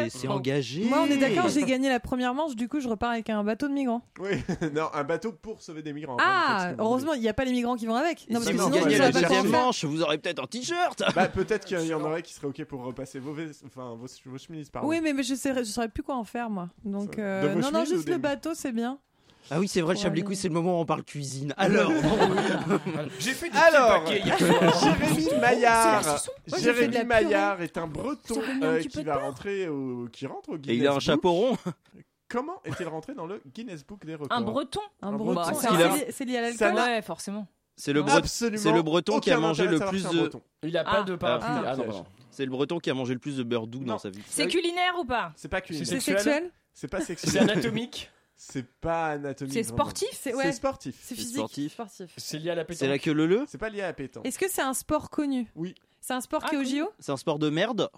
contre- c'est Bon. engagé. Moi, on est d'accord, j'ai gagné la première manche, du coup, je repars avec un bateau de migrants. Oh, Oui, (laughs) non, un bateau pour sauver des bah, migrants. hein, Ah, Enfin, heureusement, il n'y a pas les migrants qui vont avec. Non, parce si que bah vous gagnez non, sinon, on la mais va pas j'ai deuxième cherché. faire. manche, vous aurez peut-être un t-shirt. Bah, peut-être qu'il y en aurait qui seraient ok pour repasser vos, ves- enfin, vos, vos chemises, Ah pardon. Oui, mais, mais je ne saurais, je saurais plus quoi en faire, moi. Donc, Ça- euh, de vos non, non, chemises ou juste des- le bateau, c'est bien. Ah oui, c'est vrai, le Pour Chablis aller- Quiz, c'est le moment où on parle cuisine. (laughs) Alors, (laughs) J'ai fait des Alors, petits paquets. (laughs) Jérémy Maillard, Moi, j'ai fait de Jérémy la Maillard est un Breton Ça fait bien un euh, petit peu qui de va rentrer au, qui rentre au et Guinness il a un Book. chapeau rond. Comment est-il rentré dans le Guinness Book des records Un breton Un Un breton. breton. C'est Il Ah, a- lié- C'est lié à Ça l'alcool. n'a- Ouais, forcément. C'est le, Non. Bre- Absolument. c'est le breton qui a aucun mangé le intérêt à savoir plus si c'est un de- breton. Il a Ah. pas de parapluie. Ah, Ah, non, piège. pardon. c'est le breton qui a mangé le plus de beurre doux Non. dans sa vie. C'est culinaire ou pas C'est pas culinaire. C'est C'est sexuel C'est pas sexuel. C'est anatomique. C'est pas anatomique. C'est vraiment. sportif C'est ouais. C'est sportif. C'est C'est physique. sportif. C'est lié à la pétanque. C'est la queue leu C'est pas lié à la pétanque. Est-ce que c'est un sport connu Oui. C'est un sport Ah, qui est au cool. JO C'est un sport de merde.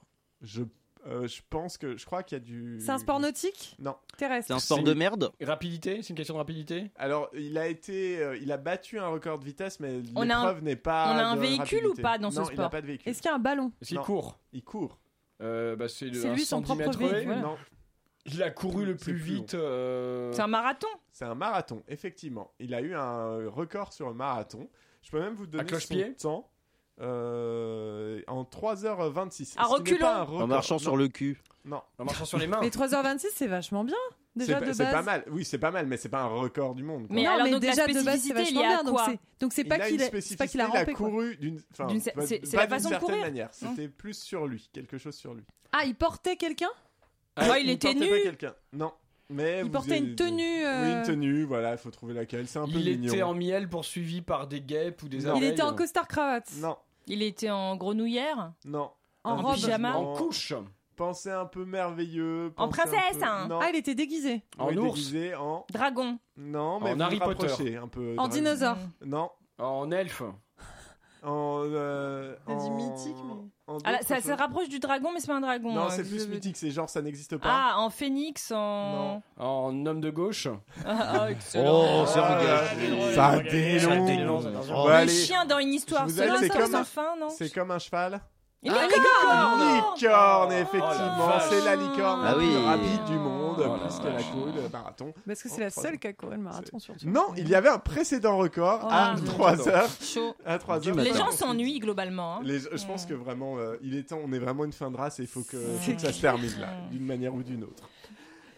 Je, euh, je pense que je crois qu'il y a du. C'est un sport nautique Non. Terrestre. C'est un sport C'est- de merde. Rapidité C'est une question de rapidité Alors il a été, euh, il a battu un record de vitesse, mais On a un- l'épreuve n'est pas. on a un de véhicule rapidité. ou pas dans ce Non, il a sport pas de véhicule. Est-ce qu'il y a un ballon Est-ce qu'il Non. court Il court. Euh, bah, C'est le- C'est un lui, 110 son propre mètres véhicule, haies. voilà. Non, Il a couru le C'est plus plus long. vite. euh, C'est un marathon c'est un marathon, effectivement. Il a eu un record sur un marathon. Je peux même vous donner cloche-pied son temps. euh, en 3h26. À Ce qui n'est reculons. pas un record. En marchant Non, sur le cul. Non. En marchant sur les mains. Mais 3h26, c'est vachement bien. C'est Déjà pas, de c'est pas base. Ah, mal. Oui, c'est pas mal, mais c'est pas un record du monde. quoi. Mais non, alors, mais donc, la déjà de base, c'est spécificité, vachement il y a bien. Donc quoi c'est, donc c'est Il pas a qu'il une a- c'est pas qu'il spécificité, a il a rampé. quoi. couru d'une enfin, D'une cer- pas- c'est- c'est pas la d'une façon de certaine courir. manière. C'était plus sur lui, quelque chose sur lui. Ah, il portait quelqu'un Ah, il était portait nu. pas quelqu'un. Non. Mais Il vous portait avez- une tenue. Oui, euh, une tenue, voilà, il faut trouver laquelle. C'est un peu Il mignon. était en miel poursuivi par des guêpes ou des Non. Il abeilles. était en costard cravate. Non, Il était en grenouillère non. En Un robe. pyjama. En couche. Pensez un peu merveilleux. En pensez un princesse, peu- hein. Non. Ah, il était déguisé. En Oui, ours. déguisé en. Dragon Non, mais En vous Harry vous Potter. rapprochez un peu. En Dragon. dinosaure. Mm. Non. En elfe. En. euh, On dit en- mythique, mais- en Ah là, d'autres ça se choses. rapproche du dragon, mais c'est pas un dragon. Non, euh, c'est que plus je- mythique, c'est genre ça n'existe pas. Ah, en phénix, en. Non. En homme de gauche. Ah, ah, excellent. Oh, c'est Ah, engagé. Ça Ça dénonce. dénonce, attention. Bon, Le allez, chien dans une histoire Je vous aide, sans c'est fin, comme- sans fin, non C'est comme un cheval. Ah, Une licorne Licorne, effectivement, Oh, vache. c'est la licorne Ah la plus oui. rapide du monde, Oh la plus que la vache. coude marathon. Parce que c'est en la Oh, trois seule heures. qui a couru le marathon surtout. Non, il y avait un précédent record Oh, à mon 3 Dieu. heures. Chaud. À 3 Du heures. Les matin. gens s'ennuient globalement. hein. Les- je pense que vraiment, euh, il est temps, on est vraiment une fin de race et il faut que, faut C'est que ça se clair. termine là, d'une manière ou d'une autre.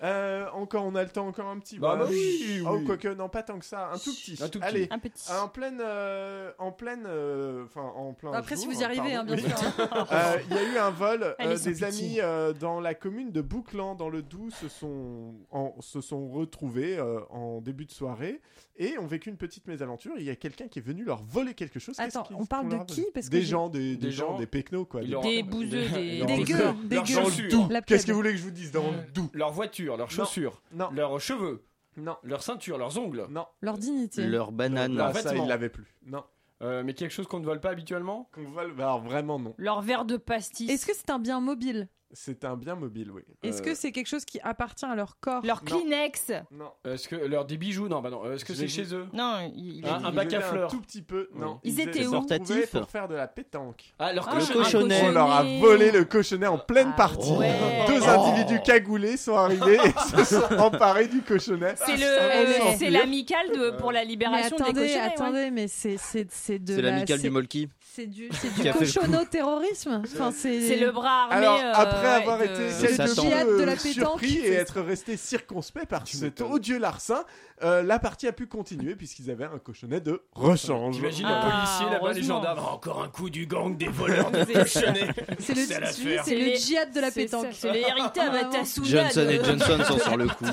Euh, encore, on a le temps, encore un petit. Bah, voilà. bah oui, Oh, oui. quoique, non, pas tant que ça, un tout petit. Un tout petit. Allez, Un petit. Ah, en pleine, euh, en pleine, euh, enfin, en plein. Bah, Après, si jour, vous y arrivez, pardon. hein, bien Oui. sûr. hein. (laughs) Euh, Il y a eu un vol euh, Allez, sans des pitié. amis euh, dans la commune de Bouclan, dans le Doubs, se sont, en- se sont retrouvés euh, en début de soirée et ont vécu une petite mésaventure. Il y a quelqu'un qui est venu leur voler quelque chose. Qu'est-ce Attends, qu'ils- on parle qu'on de leur a qui volé Parce que Des j'ai- gens, des, Des des gens, gens. des pecnos quoi. Ils leur- Des bouseux, des- Leur- Des gueux, Euh, des Leur gueux. chaussures, La Qu'est-ce que plèbe. vous voulez que je vous dise dans le Doubs leur voiture, leurs chaussures, Non, leurs cheveux, non, leurs ceintures, leurs ongles. non. Leur dignité. Leur banane. Non, Ah, en fait, ça, non. il l'avait plus. Non. Euh, mais quelque chose qu'on ne vole pas habituellement Qu'on vole, bah, alors vraiment non. Leur verre de pastis. Est-ce que c'est un bien mobile C'est un bien mobile, oui. Est-ce Euh, que c'est quelque chose qui appartient à leur corps Leur Non. Kleenex. Non. Est-ce que leur des bijoux Non, bah non. Euh, Est-ce que Je c'est l'ai chez eux Non, il- il- Ah, un Ils bac à étaient fleurs. Hein, Un tout petit peu. Non. Ils étaient étaient où retrouvés Portatifs. pour faire de la pétanque. Ah, leur Ah, cochon- le cochonnet. On leur a volé le cochonnet en pleine Ah, partie. ouais. Deux Oh. individus cagoulés sont arrivés (laughs) et se sont emparés du cochonnet. Ah, C'est le, sans c'est plus. l'amicale de pour la Mais libération des attendez, cochonnets. ouais. attendez, mais c'est c'est c'est de C'est la- l'amicale c'est- du Molki. C'est du c'est Qui du a fait le coup. cochonno-terrorisme. Enfin, c'est (laughs) C'est le bras armé. Alors, euh, après ouais, avoir de- (laughs) été C'est quelques Satan. peu Jihad de la euh, surpris pétanque. et être resté circonspect par cet m'étonnes. odieux larcin, euh, la partie a pu continuer puisqu'ils avaient un cochonnet de rechange. J'imagine Ah, les policiers là-bas, les heureusement. gendarmes. Ah, Encore un coup du gang des voleurs (laughs) de cochonnets. c'est le C'est l'affaire. c'est le C'est- djihad de la pétanque. C'est les héritages Ah, vraiment. Batasuna. Johnson de- et Johnson sont sur le coup.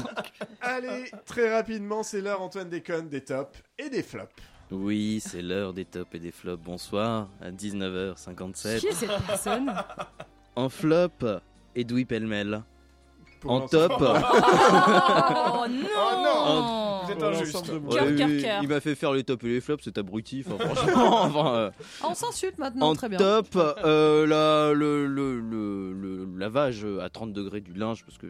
Allez, très rapidement, c'est l'heure Antoine déconne des tops et des flops. Oui, c'est l'heure des tops et des flops. Bonsoir, à 19h57. (laughs) Qui est cette personne En flop, Edoui Pellemel. Pour En l'ensemble- Ah top, (laughs) (laughs) Oh non, Oh Vous êtes pour injuste. l'ensemble de moi. Cœur, Ouais, cœur, oui, cœur. il m'a fait faire les tops et les flops, c'est abruti. (laughs) enfin, franchement, enfin, euh, On s'insulte maintenant, en très bien. top, euh, la- le, le- le- le lavage à 30 degrés du linge, parce que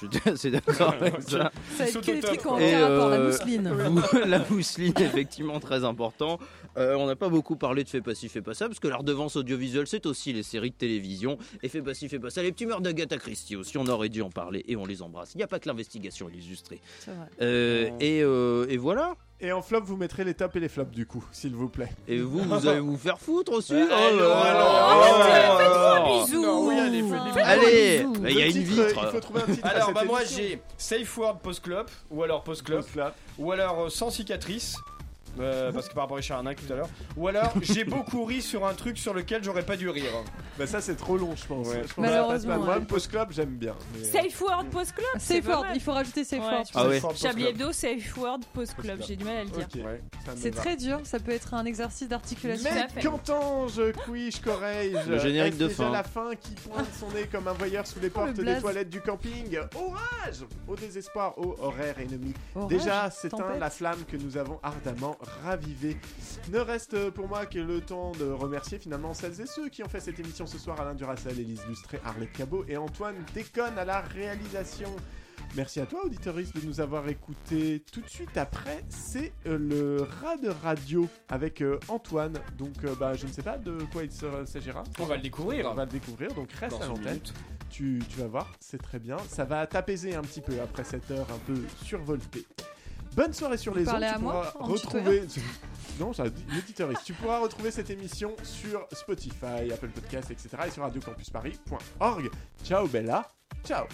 j'étais (laughs) assez d'accord avec ça. Ça va être que des trucs en Et, rapport à la euh, mousseline. Vous- (laughs) la mousseline, effectivement, très important. Euh, on n'a pas beaucoup parlé de Fais pas ci, fais pas ça, parce que la redevance audiovisuelle, c'est aussi les séries de télévision. Et Fais pas ci, fais pas ça, les petits meurtres d'Agatha Christie aussi, on aurait dû en parler et on les embrasse. Il n'y a pas que l'investigation illustrée. C'est vrai. Euh, et, euh, et voilà. Et en flop, vous mettrez les tops et les flops du coup, s'il vous plaît. Et vous, vous allez vous faire foutre aussi. Ouais, Oh là alors, là. Ah, alors, Oh là là. Ah, Faites-vous un bisou. Non, oui, allez, faites-lui Faites-vous un Allez, bisou. bah, il y a Le une titre, euh, vitre. Il faut trouver un titre. à Ah, Alors, cette bah, moi émission. j'ai Safe Word post-clop, ou alors post-clop, Post-clop. ou alors euh, sans cicatrice. euh, parce que par rapport à Richard Arnac tout à l'heure. Ou alors j'ai beaucoup ri sur un truc sur lequel j'aurais pas dû rire. Bah, ça, c'est trop long, je pense. Ouais. Je pense que ça passe pas. Malheureusement, Moi, ouais. le post-club, j'aime bien. mais- Safe word post club. c'est Safe pas word, mal. il faut rajouter safe Ouais. word. Ah ouais. Safe word Chablis post-clop. Hebdo, safe word post club. J'ai du mal à le dire. euh, Ok, ça me C'est va. très dur, ça peut être un exercice d'articulation. Mais fait. qu'entends-je, couis-je, corrige Le générique Est-ce de déjà fin. la fin qui pointe son nez comme un voyeur sous les Oh, le portes des blaze. toilettes du camping Orage Au désespoir, au horaire ennemi. Orage, Déjà s'éteint tempête. la flamme que nous avons ardemment ravivée. Ne reste pour moi que le temps de remercier finalement celles et ceux qui ont fait cette émission ce soir Alain Duracel, Élise Lustré, Arlette Cabot et Antoine Déconne à la réalisation. Merci à toi, auditoriste, de nous avoir écoutés. Tout de suite après, c'est euh, le rat de radio avec euh, Antoine. Donc, euh, bah, je ne sais pas de quoi il se- s'agira. On va le découvrir. On va le découvrir, donc reste Dans à une l'antenne. minute. Tu, tu vas voir, c'est très bien. Ça va t'apaiser un petit peu après cette heure un peu survoltée. Bonne soirée sur les ondes. parlez Tu à moi, pourras en (laughs) retrouver. (laughs) Non, ça dit- l'auditoriste. tu pourras retrouver cette émission sur Spotify, Apple Podcasts, etc. et sur radiocampusparis.org. Ciao Bella. Ciao.